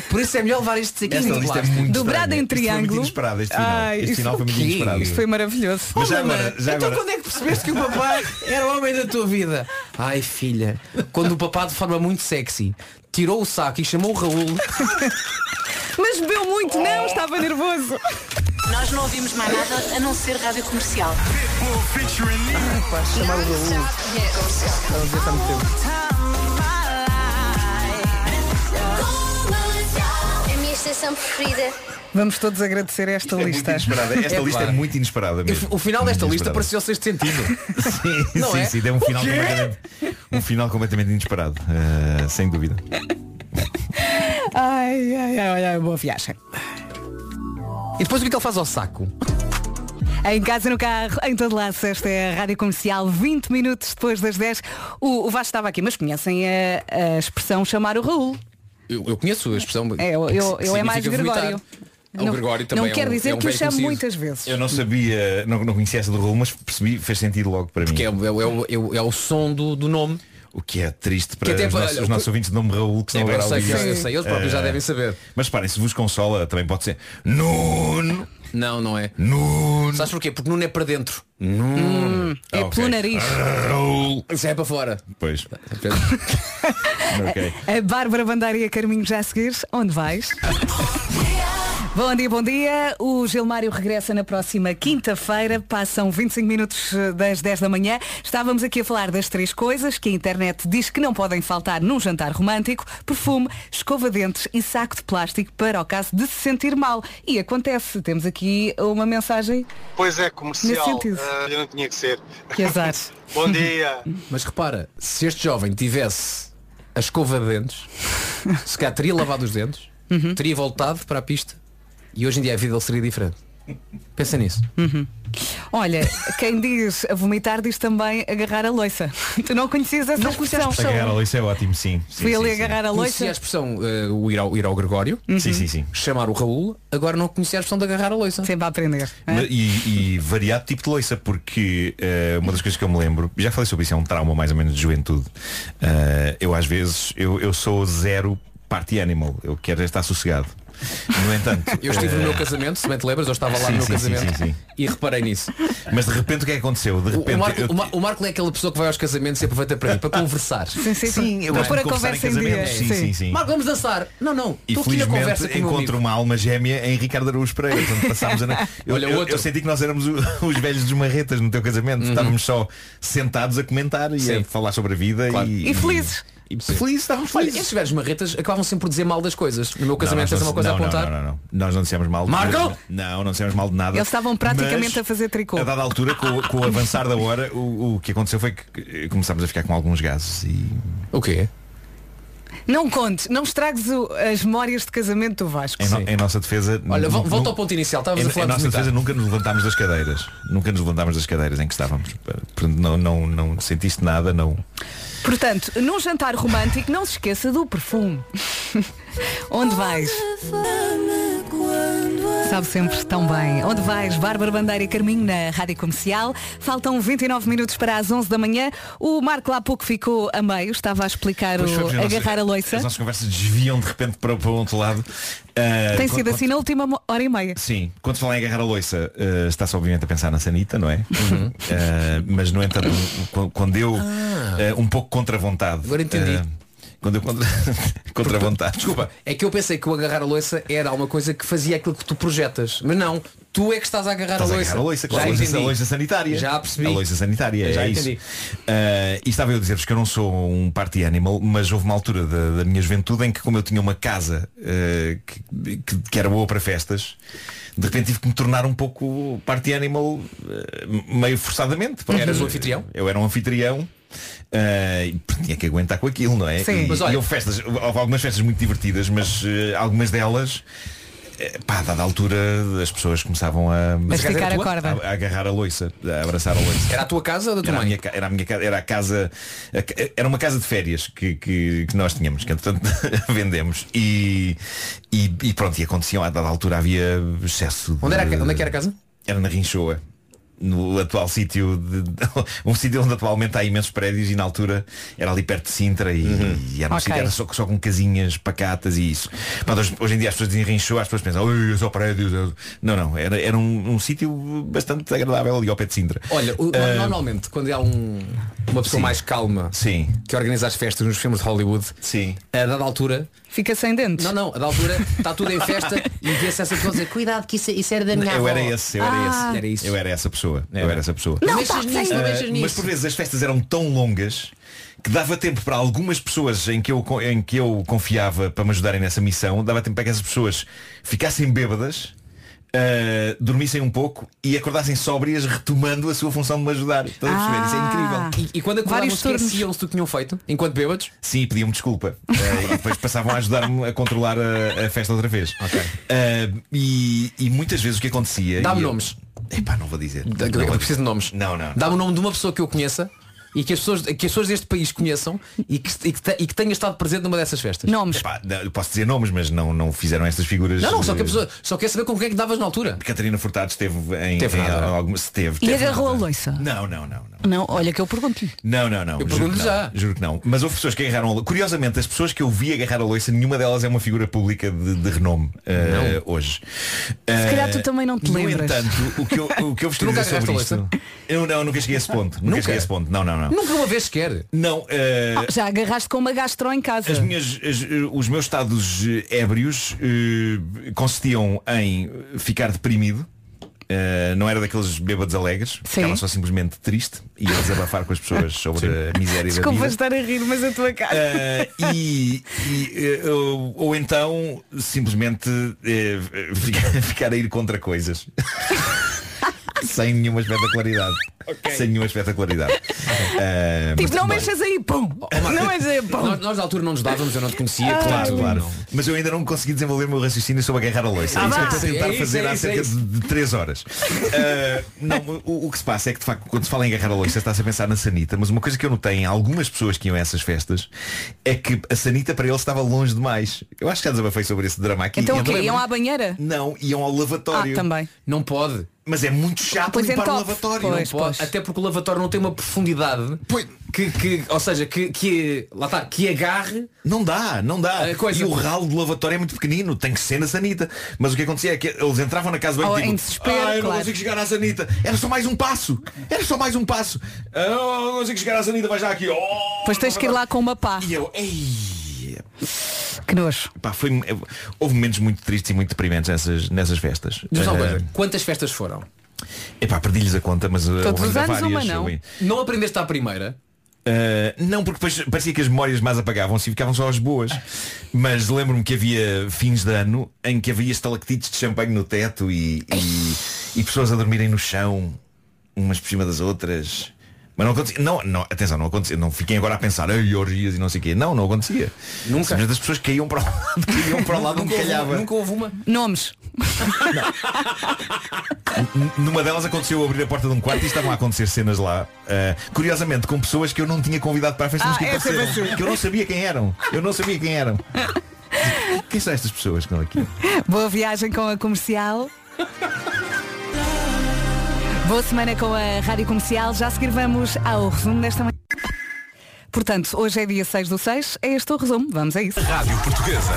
Speaker 5: Por isso é melhor levar este saquinho
Speaker 8: esta
Speaker 5: de
Speaker 8: lista é
Speaker 5: plástico.
Speaker 8: muito
Speaker 2: Dobrada
Speaker 8: estranha.
Speaker 2: em
Speaker 8: Isto foi muito
Speaker 2: triângulo.
Speaker 8: inesperado, este final.
Speaker 2: Ai,
Speaker 8: Este
Speaker 2: isso
Speaker 8: final foi muito
Speaker 5: o quê?
Speaker 8: inesperado.
Speaker 2: Isto foi maravilhoso.
Speaker 8: Mas já
Speaker 5: Oh, mamãe,
Speaker 8: agora, já
Speaker 5: então
Speaker 8: agora.
Speaker 5: quando é que percebeste que o papai era o homem da tua vida? Ai filha, quando o papá de forma muito sexy tirou o saco e chamou o Raul,
Speaker 2: Mas bebeu muito, não, estava nervoso.
Speaker 7: Nós não ouvimos mais nada a não ser rádio comercial.
Speaker 6: é A minha estação preferida.
Speaker 2: Vamos todos agradecer esta
Speaker 8: Isto é muito
Speaker 2: lista.
Speaker 8: inesperada. Esta lista é muito inesperada mesmo.
Speaker 5: o final desta
Speaker 8: Muito
Speaker 5: lista
Speaker 8: inesperada.
Speaker 5: parecia o sexto sentido.
Speaker 8: Sim,
Speaker 5: Não
Speaker 8: sim,
Speaker 5: é?
Speaker 8: sim, deu um final completamente, um final completamente inesperado, eh, sem dúvida.
Speaker 2: Ai, ai, ai, ai, boa viagem.
Speaker 5: E depois o que é que ele faz ao saco?
Speaker 2: Em casa, no carro, em todo lado, esta é a Rádio Comercial, 20 minutos depois das 10. O, o Vasco estava aqui, mas conhecem a, a expressão chamar o Raul.
Speaker 5: Eu, eu conheço a expressão.
Speaker 2: É, eu, eu,
Speaker 5: que
Speaker 2: eu é
Speaker 5: significa
Speaker 2: mais
Speaker 5: vomitar.
Speaker 2: Gregório.
Speaker 5: O Gregório também
Speaker 2: não
Speaker 5: é um-
Speaker 2: quer dizer
Speaker 5: é um
Speaker 2: que o
Speaker 5: velho
Speaker 2: chamo
Speaker 5: conhecido.
Speaker 2: muitas vezes.
Speaker 8: Eu não sabia, não, não conhecia essa do Raul, mas percebi, fez sentido logo para mim.
Speaker 5: Que é, o- é o- é o- é o- é o som do, do nome.
Speaker 8: O que é triste para
Speaker 5: Que até
Speaker 8: os,
Speaker 5: para-
Speaker 8: nossos,
Speaker 5: olha,
Speaker 8: os nossos ouvintes de nome Raul que
Speaker 5: É,
Speaker 8: estão
Speaker 5: eu
Speaker 8: agora a
Speaker 5: sei,
Speaker 8: ouvir.
Speaker 5: eu- eu sei, eles próprios já
Speaker 8: Eh,
Speaker 5: devem saber.
Speaker 8: Mas parem, se vos consola, também pode ser Nuno,
Speaker 5: Não, não é.
Speaker 8: Nuno,
Speaker 5: Sabes porquê? Porque Nuno é para dentro. Hum.
Speaker 2: É
Speaker 8: Ah, ok.
Speaker 2: pelo nariz.
Speaker 8: Raul.
Speaker 5: Isso é para fora.
Speaker 8: Pois, ok.
Speaker 2: A Bárbara Bandeira e a Carminho já a seguir. Onde vais? Bom dia, bom dia. O Gilmário regressa na próxima quinta-feira. Passam 25 minutos eh, das 10 da manhã. Estávamos aqui a falar das três coisas que a internet diz que não podem faltar num jantar romântico. Perfume, escova-dentes e saco de plástico para o caso de se sentir mal. E acontece. Temos aqui uma mensagem
Speaker 10: Pois é,
Speaker 2: Nesse
Speaker 10: comercial.
Speaker 2: sentido.
Speaker 9: eh.
Speaker 10: Ah, eu não tinha que ser.
Speaker 2: que azar.
Speaker 10: Bom dia.
Speaker 5: Mas repara, se este jovem tivesse a escova de dentes, se calhar teria lavado os dentes, teria voltado para a pista e hoje em dia a vida dele seria diferente. Pensa nisso.
Speaker 2: Olha, quem diz a vomitar diz também agarrar a loiça. Tu não conhecias essa expressão.
Speaker 8: Agarrar a lixo é ótimo, sim. sim
Speaker 2: Fui
Speaker 8: sim,
Speaker 2: ali
Speaker 8: sim.
Speaker 2: agarrar a Uhum. loiça.
Speaker 5: Conhecia a expressão eh, o ir, ao, ir ao Gregório,
Speaker 8: Sim, sim, sim.
Speaker 5: chamar o Raul, agora não conhecia a expressão de agarrar a loiça.
Speaker 2: Sempre a aprender. não é?
Speaker 8: Mas- E, e variado tipo de loiça, porque eh, uma das coisas que eu me lembro, já falei sobre isso, é um trauma mais ou menos de juventude. Eh, eu às vezes, eu, eu sou zero party animal, eu quero é estar sossegado. No entanto,
Speaker 5: Eu estive
Speaker 8: eh,
Speaker 5: no meu casamento, se bem te lembras, eu estava lá
Speaker 8: Sim,
Speaker 5: no meu
Speaker 8: sim, sim,
Speaker 5: casamento
Speaker 8: sim, sim.
Speaker 5: e reparei nisso.
Speaker 8: eh, mas de repente o que é que aconteceu? De
Speaker 5: O,
Speaker 8: repente
Speaker 5: o Marco,
Speaker 8: eu-
Speaker 5: o Mar- o Marco é aquela pessoa que vai aos casamentos e aproveita para ir, para conversar.
Speaker 2: Sim, sim,
Speaker 8: Sim, eu
Speaker 2: Para
Speaker 8: gosto
Speaker 2: pôr
Speaker 8: de
Speaker 2: a
Speaker 8: conversar em
Speaker 2: conversa em dia.
Speaker 8: casamentos. Sim, sim, sim.
Speaker 5: Marco, vamos dançar. Não, não.
Speaker 8: E
Speaker 5: Estou aqui na conversa
Speaker 8: felizmente
Speaker 5: com o meu
Speaker 8: encontro
Speaker 5: amigo.
Speaker 8: uma alma gêmea em Ricardo Araújo Pereira. Portanto, passámos a... na- eu,
Speaker 5: Olha,
Speaker 8: eu-
Speaker 5: outro. Uhum.
Speaker 8: eu senti que nós éramos o- os velhos dos marretas no teu casamento. Estávamos só sentados a comentar e
Speaker 5: Sim.
Speaker 8: a falar sobre a vida
Speaker 5: Claro.
Speaker 8: e,
Speaker 2: E felizes.
Speaker 8: E felizes, estávamos
Speaker 5: Olha,
Speaker 8: felizes.
Speaker 5: estes velhos marretas acabam sempre por dizer mal das coisas. No meu casamento
Speaker 8: Não,
Speaker 5: tens
Speaker 8: nós não-
Speaker 5: uma coisa
Speaker 8: não,
Speaker 5: a apontar.
Speaker 8: Não, não, não, não. Nós não dissemos mal de
Speaker 5: Marco!
Speaker 8: nada. Não, não dissemos mal de nada.
Speaker 2: Eles estavam praticamente
Speaker 8: Mas,
Speaker 2: a fazer tricô.
Speaker 8: A dada altura, com, o- com o avançar da hora, o, o que aconteceu foi que eh, começámos a ficar com alguns gases e.
Speaker 5: O quê?
Speaker 2: Não contes, não estragues o- as memórias de casamento do Vasco.
Speaker 8: Em, É no-
Speaker 5: Sim.
Speaker 8: em nossa defesa.
Speaker 5: Olha, vo-
Speaker 8: nu-
Speaker 5: volta ao
Speaker 8: nu-
Speaker 5: ponto inicial. Estávamos
Speaker 8: Em,
Speaker 5: a falar
Speaker 8: em
Speaker 5: de
Speaker 8: é nossa
Speaker 5: vomitar.
Speaker 8: defesa nunca nos levantámos das cadeiras. Nunca nos levantámos das cadeiras em que estávamos. Portanto, Não, não, não sentiste nada, não.
Speaker 2: Portanto, num jantar romântico, não se esqueça do perfume. Onde vais? Sabe sempre tão bem. Onde vais? Bárbara Bandeira e Carminho na Rádio Comercial. Faltam 29 minutos para as 11 da manhã. O Marco lá há pouco ficou a meio. Estava a explicar
Speaker 8: Pois foi,
Speaker 2: o
Speaker 8: porque as
Speaker 2: agarrar a
Speaker 8: nossas-
Speaker 2: loiça.
Speaker 8: As nossas conversas desviam de repente para, para o outro lado. Ah,
Speaker 2: Tem
Speaker 8: quando-
Speaker 2: sido assim na última mo- hora e meia.
Speaker 8: Sim, quando se fala em agarrar a loiça, eh, está-se obviamente a pensar na sanita, não é?
Speaker 5: Uhum.
Speaker 8: Eh, mas no entanto, qu- quando eu eh, um pouco contra a vontade.
Speaker 5: Ah. Agora entendi.
Speaker 8: eh, quando eu contra, contra a vontade.
Speaker 5: Desculpa, é que eu pensei que o agarrar a loiça era alguma coisa que fazia aquilo que tu projetas. Mas não, tu é que estás a agarrar
Speaker 8: Estás
Speaker 5: a
Speaker 8: a
Speaker 5: loiça.
Speaker 8: agarrar a loiça, claro, é
Speaker 5: Já
Speaker 8: a loiça, a
Speaker 5: entendi.
Speaker 8: loiça sanitária.
Speaker 5: Já percebi.
Speaker 8: A loiça sanitária,
Speaker 5: Já
Speaker 8: é
Speaker 5: entendi.
Speaker 8: isso. Eh, e estava eu a dizer-vos que eu não sou um party animal, mas houve uma altura da, da minha juventude em que como eu tinha uma casa eh, que, que- que era boa para festas, de repente tive que me tornar um pouco party animal eh, meio forçadamente.
Speaker 5: Eras o anfitrião?
Speaker 8: Eu era um anfitrião Ah, e portanto, tinha que aguentar com aquilo, não é?
Speaker 2: Sim.
Speaker 8: E,
Speaker 2: Mas olha-
Speaker 8: e houve festas, houve algumas festas muito divertidas, mas eh, algumas delas, eh, pá, a dada altura as pessoas começavam a,
Speaker 2: Mas
Speaker 8: Por acaso
Speaker 2: esticar
Speaker 8: era
Speaker 2: a
Speaker 8: tua?
Speaker 2: corda.
Speaker 8: A, a agarrar a loiça, a abraçar a loiça.
Speaker 5: Era a tua casa ou da tua
Speaker 8: era
Speaker 5: mãe?
Speaker 8: A minha, ca- era a minha casa, era a casa, a ca- era uma casa de férias que, que, que nós tínhamos, que entretanto vendemos. E, e, e pronto, e aconteciam, a dada altura havia excesso.
Speaker 5: Onde era a
Speaker 8: de-
Speaker 5: ca- onde é que era a casa?
Speaker 8: Era na Rinchoa. No atual sítio de- Um sítio onde atualmente há imensos prédios E na altura era ali perto de Sintra E,
Speaker 5: Uhum.
Speaker 8: e era um
Speaker 2: Ok.
Speaker 8: sítio era só, só com casinhas pacatas e isso Pronto, hoje, hoje em dia as pessoas dizem Rinchoa As pessoas pensam, ui, é só prédios é- Não, não, era, era um, um sítio bastante agradável Ali ao pé de Sintra
Speaker 5: Olha, o-
Speaker 8: Ah,
Speaker 5: normalmente quando há um- uma pessoa
Speaker 8: Sim.
Speaker 5: mais calma
Speaker 8: Sim,
Speaker 5: que organiza as festas nos filmes de Hollywood,
Speaker 8: sim
Speaker 5: a dada altura,
Speaker 2: Fica sem dentes.
Speaker 5: não, não, a dada altura está tudo em festa e vê-se essa pessoa dizer, cuidado que isso,
Speaker 11: é-
Speaker 5: isso era da minha
Speaker 8: Eu
Speaker 5: avó.
Speaker 8: era esse, eu era esse
Speaker 5: Era isso.
Speaker 8: Eu era essa pessoa, eu era essa pessoa
Speaker 5: Ah. Não mexas nisso, não mexas
Speaker 8: Uh, Mas por
Speaker 5: nisso.
Speaker 8: vezes as festas eram tão longas que dava tempo para algumas pessoas em que eu, co- em que eu confiava para me ajudarem nessa missão, dava tempo para que essas pessoas ficassem bêbadas. uh, dormissem um pouco e acordassem sóbrias retomando a sua função de me ajudar. Estás a perceber? Isso é
Speaker 2: Ah.
Speaker 8: incrível.
Speaker 5: E, e quando acordavam
Speaker 2: Vários turnos.
Speaker 5: esqueciam-se do que tinham feito, enquanto bêbados,
Speaker 8: Sim, pediam-me desculpa. Eh, e depois passavam a ajudar-me a controlar a, a festa outra vez. Eh, e, e muitas vezes o que acontecia.
Speaker 5: Dá-me
Speaker 8: e eu-
Speaker 5: nomes.
Speaker 8: Epá, não vou dizer.
Speaker 5: Da-
Speaker 8: Não
Speaker 5: é eu
Speaker 8: vou
Speaker 5: preciso de nomes.
Speaker 8: Não, não, não.
Speaker 5: Dá-me o nome de uma pessoa que eu conheça e que as pessoas, que as pessoas deste país conheçam e que, e, que, te- e que tenha estado presente numa dessas festas.
Speaker 2: Nomes.
Speaker 8: Epá, não, eu posso dizer nomes, mas não, não fizeram estas figuras.
Speaker 5: Não, não, só que a
Speaker 8: eh,
Speaker 5: pessoa só quer saber com quem é que davas na altura.
Speaker 8: Catarina Furtado esteve em,
Speaker 5: Teve
Speaker 8: em
Speaker 5: nada.
Speaker 8: alguma. se Teve,
Speaker 2: E
Speaker 8: teve
Speaker 2: agarrou a
Speaker 8: nada.
Speaker 2: loiça.
Speaker 8: Não, não, não, não.
Speaker 2: Não, olha que eu pergunto-lhe.
Speaker 8: Não, não, não.
Speaker 5: Eu
Speaker 8: juro que
Speaker 5: pergunto
Speaker 8: não.
Speaker 5: já.
Speaker 8: Juro que não. Mas houve pessoas que agarraram a loiça. Curiosamente, as pessoas que eu vi agarrar a loiça, nenhuma delas é uma figura pública de, de renome eh, hoje. Eh,
Speaker 2: Se calhar tu também não te
Speaker 8: no
Speaker 2: lembras.
Speaker 8: entanto, o que eu, o que eu vos
Speaker 5: Tu
Speaker 8: quero
Speaker 5: nunca
Speaker 8: dizer sobre
Speaker 5: agarraste a
Speaker 8: isto. Eu não, nunca cheguei a esse ponto. Nunca,
Speaker 5: Nunca?
Speaker 8: cheguei a esse ponto. Não, não, não.
Speaker 5: Nunca uma vez sequer.
Speaker 8: Não, eh,
Speaker 2: Ah, já agarraste com uma gastro em casa.
Speaker 8: as minhas, as- eh, os meus estados eh, ébrios eh, consistiam em ficar deprimido. Eh, não era daqueles bêbados alegres, ficava só simplesmente triste e a desabafar com as pessoas sobre a miséria da
Speaker 2: Desculpa
Speaker 8: vida.
Speaker 2: estar a rir, mas a tua cara.
Speaker 8: Eh, e e, eh, ou, ou então simplesmente eh, ficar, ficar a ir contra coisas sem nenhuma espetacularidade sem nenhuma espetacularidade Eh,
Speaker 2: tipo, não
Speaker 8: mas-
Speaker 2: mexas aí, pum! Não mexas aí, pum!
Speaker 5: Nós, nós na altura não nos dávamos, eu não te conhecia.
Speaker 8: Claro,
Speaker 5: portanto,
Speaker 8: claro.
Speaker 5: não.
Speaker 8: Mas eu ainda não consegui desenvolver o meu raciocínio sobre agarrar a loiça.
Speaker 5: Ah,
Speaker 8: isso
Speaker 5: vá.
Speaker 8: é que eu estou a tentar
Speaker 5: É isso,
Speaker 8: fazer
Speaker 5: é
Speaker 8: há
Speaker 5: isso, é
Speaker 8: cerca
Speaker 5: isso.
Speaker 8: de 3 horas. Ah, não, o, o que se passa é que de facto quando se fala em agarrar a loiça está-se a pensar na sanita, mas uma coisa que eu notei em algumas pessoas que iam a essas festas é que a sanita para eles estava longe demais. Eu acho que já desabafei sobre esse drama aqui.
Speaker 2: Então o
Speaker 8: Eu
Speaker 2: quê?
Speaker 8: lembro-
Speaker 2: Iam à banheira?
Speaker 8: Não, iam ao
Speaker 2: Ah,
Speaker 8: lavatório.
Speaker 2: também.
Speaker 5: Não pode.
Speaker 8: Mas é muito chato
Speaker 2: Pois é,
Speaker 8: limpar o
Speaker 2: top.
Speaker 8: lavatório.
Speaker 2: Pois,
Speaker 5: Não pode.
Speaker 2: pois.
Speaker 5: Até porque o lavatório não tem uma profundidade
Speaker 8: Pois.
Speaker 5: que, que- ou seja, que, que, lá está, que agarre
Speaker 8: Não dá, não dá.
Speaker 5: A coisa-
Speaker 8: E o ralo do lavatório é muito pequenino, tem que ser na sanita. Mas o que acontecia é que eles entravam na casa do banho
Speaker 2: Oh,
Speaker 8: e tipo,
Speaker 2: em desespero,
Speaker 8: ah, eu não
Speaker 2: claro.
Speaker 8: consigo chegar à sanita. Era só mais um passo. Era só mais um passo. Ah, eu não consigo chegar à sanita, vai já aqui. Oh,
Speaker 2: Depois tens que ir lá com uma pá.
Speaker 8: E eu, ei.
Speaker 2: Que nojo.
Speaker 8: Pá, foi, houve momentos muito tristes e muito deprimentes nessas, nessas festas.
Speaker 5: Diz-me só uma coisa,
Speaker 8: Ah,
Speaker 5: quantas festas foram?
Speaker 8: epá, perdi-lhes a conta, mas ah,
Speaker 2: Todos
Speaker 8: houve
Speaker 2: os
Speaker 8: ainda
Speaker 2: anos
Speaker 8: várias.
Speaker 2: uma, não?
Speaker 8: Eu-
Speaker 5: Não aprendeste à primeira?
Speaker 8: Uh, não, porque depois parecia que as memórias mais apagavam-se e ficavam só as boas. Mas lembro-me que havia fins de ano em que havia estalactites de champanhe no teto e, e- e pessoas a dormirem no chão, umas por cima das outras. Mas não acontecia. Não, não, atenção, não acontecia. Não fiquem agora a pensar, ei, orgias e não sei o quê. Não, não acontecia.
Speaker 5: Nunca.
Speaker 8: Simplesmente as pessoas caíam para o lado, caíam para o lado onde
Speaker 5: nunca,
Speaker 8: calhava.
Speaker 5: houve, nunca houve uma.
Speaker 2: Nomes.
Speaker 8: N- Numa delas aconteceu eu abrir a porta de um quarto e estavam a acontecer cenas lá, eh, curiosamente, com pessoas que eu não tinha convidado para a festa, mas que
Speaker 2: Ah, é sempre
Speaker 8: apareceram, que eu não sabia quem eram. Eu não sabia quem eram. Quem são estas pessoas que estão aqui?
Speaker 2: Boa viagem com a comercial. Boa semana com a Rádio Comercial. Já a seguir vamos ao resumo desta manhã. Portanto, hoje é dia 6 do 6, é este o resumo, vamos a isso.
Speaker 3: Rádio Portuguesa.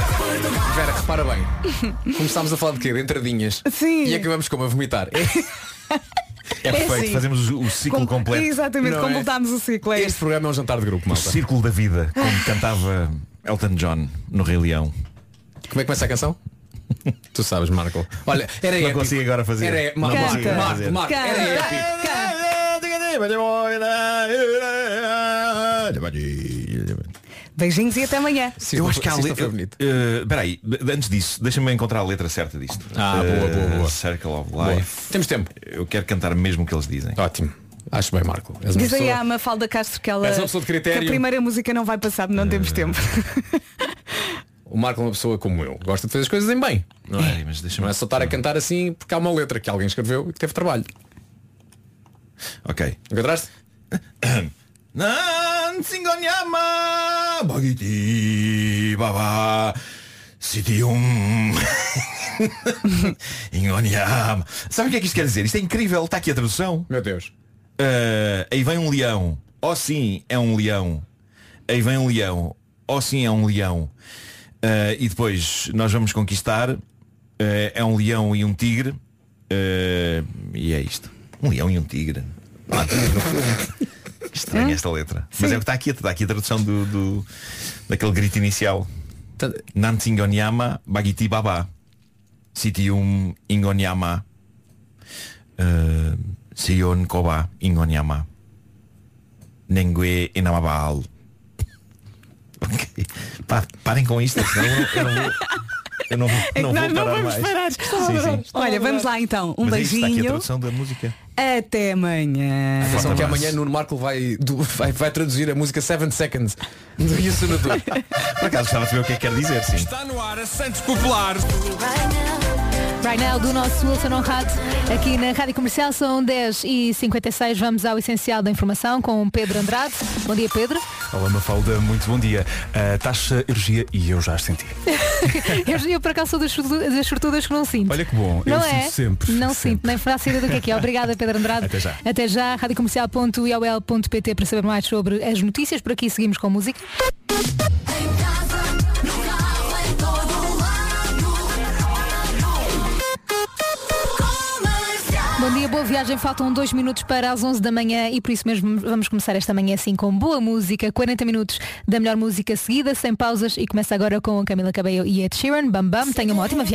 Speaker 5: Vera, repara bem. Começámos a falar de quê? De entradinhas.
Speaker 2: Sim.
Speaker 5: E acabamos como a vomitar. É,
Speaker 8: É perfeito,
Speaker 2: assim.
Speaker 8: fazemos o, o ciclo
Speaker 2: Com-
Speaker 8: completo.
Speaker 2: Exatamente,
Speaker 5: Não é?
Speaker 2: completámos o ciclo. É
Speaker 5: Este
Speaker 2: isso.
Speaker 5: programa é um jantar de grupo,
Speaker 8: O
Speaker 5: malta.
Speaker 8: círculo da vida, como cantava Elton John no Rei Leão.
Speaker 5: Como é que começa a canção? tu sabes, Marco. Olha, era
Speaker 8: Não
Speaker 5: épico.
Speaker 8: consigo agora fazer.
Speaker 5: Era épico.
Speaker 8: Não
Speaker 5: Marco,
Speaker 8: consigo agora
Speaker 5: Marco,
Speaker 8: fazer.
Speaker 5: Marco, era
Speaker 2: Canta.
Speaker 5: épico.
Speaker 2: Canta. Beijinhos e até amanhã.
Speaker 8: Eu acho que há a
Speaker 5: Sexta
Speaker 8: letra.
Speaker 5: foi bonito.
Speaker 8: Eh, Espera aí, de- antes disso, deixa-me encontrar a letra certa disto.
Speaker 5: Ah, boa, boa,
Speaker 8: Eh,
Speaker 5: boa.
Speaker 8: Circle of
Speaker 5: Boa.
Speaker 8: Life.
Speaker 5: Temos tempo. Tá,
Speaker 8: Eu quero cantar mesmo o que eles dizem.
Speaker 5: Ótimo. Acho bem, Marco. És uma
Speaker 2: Diz aí
Speaker 5: pessoa-
Speaker 2: à Mafalda Castro que ela.
Speaker 5: És uma pessoa de critério.
Speaker 2: Que a primeira música não vai passar, não temos tempo.
Speaker 5: O Marco é uma pessoa como eu. Gosta de fazer as coisas em bem. Não é?
Speaker 8: Mas deixa
Speaker 5: Não é só estar a cantar assim porque há uma letra que alguém escreveu e que teve trabalho.
Speaker 8: Ok.
Speaker 5: Encontraste?
Speaker 8: Nan singonyama bagiti baba Um, sitium ingonyama. Sabe o que é que isto quer dizer? Isto é incrível, está aqui a tradução.
Speaker 5: Meu Deus.
Speaker 8: Ah, aí vem um leão. Oh sim, é um leão. Aí vem um leão. Oh sim, é um leão. Ah, e depois nós vamos conquistar. Ah, é um leão e um tigre. Ah, e é isto. Um leão e um tigre. Ah, que Estranha esta letra. Mas é o que está aqui, está aqui a tradução do, do- daquele grito inicial.
Speaker 2: Tá-
Speaker 8: Nantsingyonyama Bagiti Baba. Sitium Ingonyama. Uh, Sion Koba Ingonyama. Nengue Enamabaal. Ok. Pá, parem com isto, senão eu não, eu não vou. Eu não vou,
Speaker 2: É que nós
Speaker 8: não vou
Speaker 2: não
Speaker 8: parar
Speaker 2: vamos
Speaker 8: mais.
Speaker 2: parar.
Speaker 8: Sim, sim.
Speaker 2: Olha, vamos lá então. Um
Speaker 8: Mas é isto, está aqui a
Speaker 2: beijinho.
Speaker 8: tradução da música.
Speaker 2: Até amanhã.
Speaker 5: Atenção
Speaker 8: Forte
Speaker 5: que
Speaker 8: abraço.
Speaker 5: amanhã Nuno Marco vai, do- vai, vai traduzir a música 7 Seconds do Yusu Natur.
Speaker 8: Por acaso estava a saber o que é que quer dizer, sim.
Speaker 5: Está no ar a Santos Popular.
Speaker 11: Right now, do nosso Wilson Honrado, aqui na Rádio Comercial, são 10h56. Vamos ao essencial da informação com o Pedro Andrade. Bom dia, Pedro.
Speaker 12: Olá Mafalda, muito bom dia. A taxa energia e eu já a senti.
Speaker 11: Eu, eu por acaso sou das sortu- das sortudas que não sinto.
Speaker 12: Olha que bom, eu
Speaker 11: não
Speaker 12: sinto
Speaker 11: é?
Speaker 12: sempre.
Speaker 11: Não sinto, nem faço ideia do que é que é. Obrigada, Pedro Andrade.
Speaker 12: Até já.
Speaker 11: Até já, radiocomercial.iol.pt para saber mais sobre as notícias. Por aqui seguimos com música. Bom dia, boa viagem. Faltam dois minutos para as 11 da manhã e por isso mesmo vamos começar esta manhã assim com boa música. 40 minutos da melhor música seguida, sem pausas e começa agora com a Camila Cabello e Ed Sheeran. Bam Bam, tenha uma ótima viagem.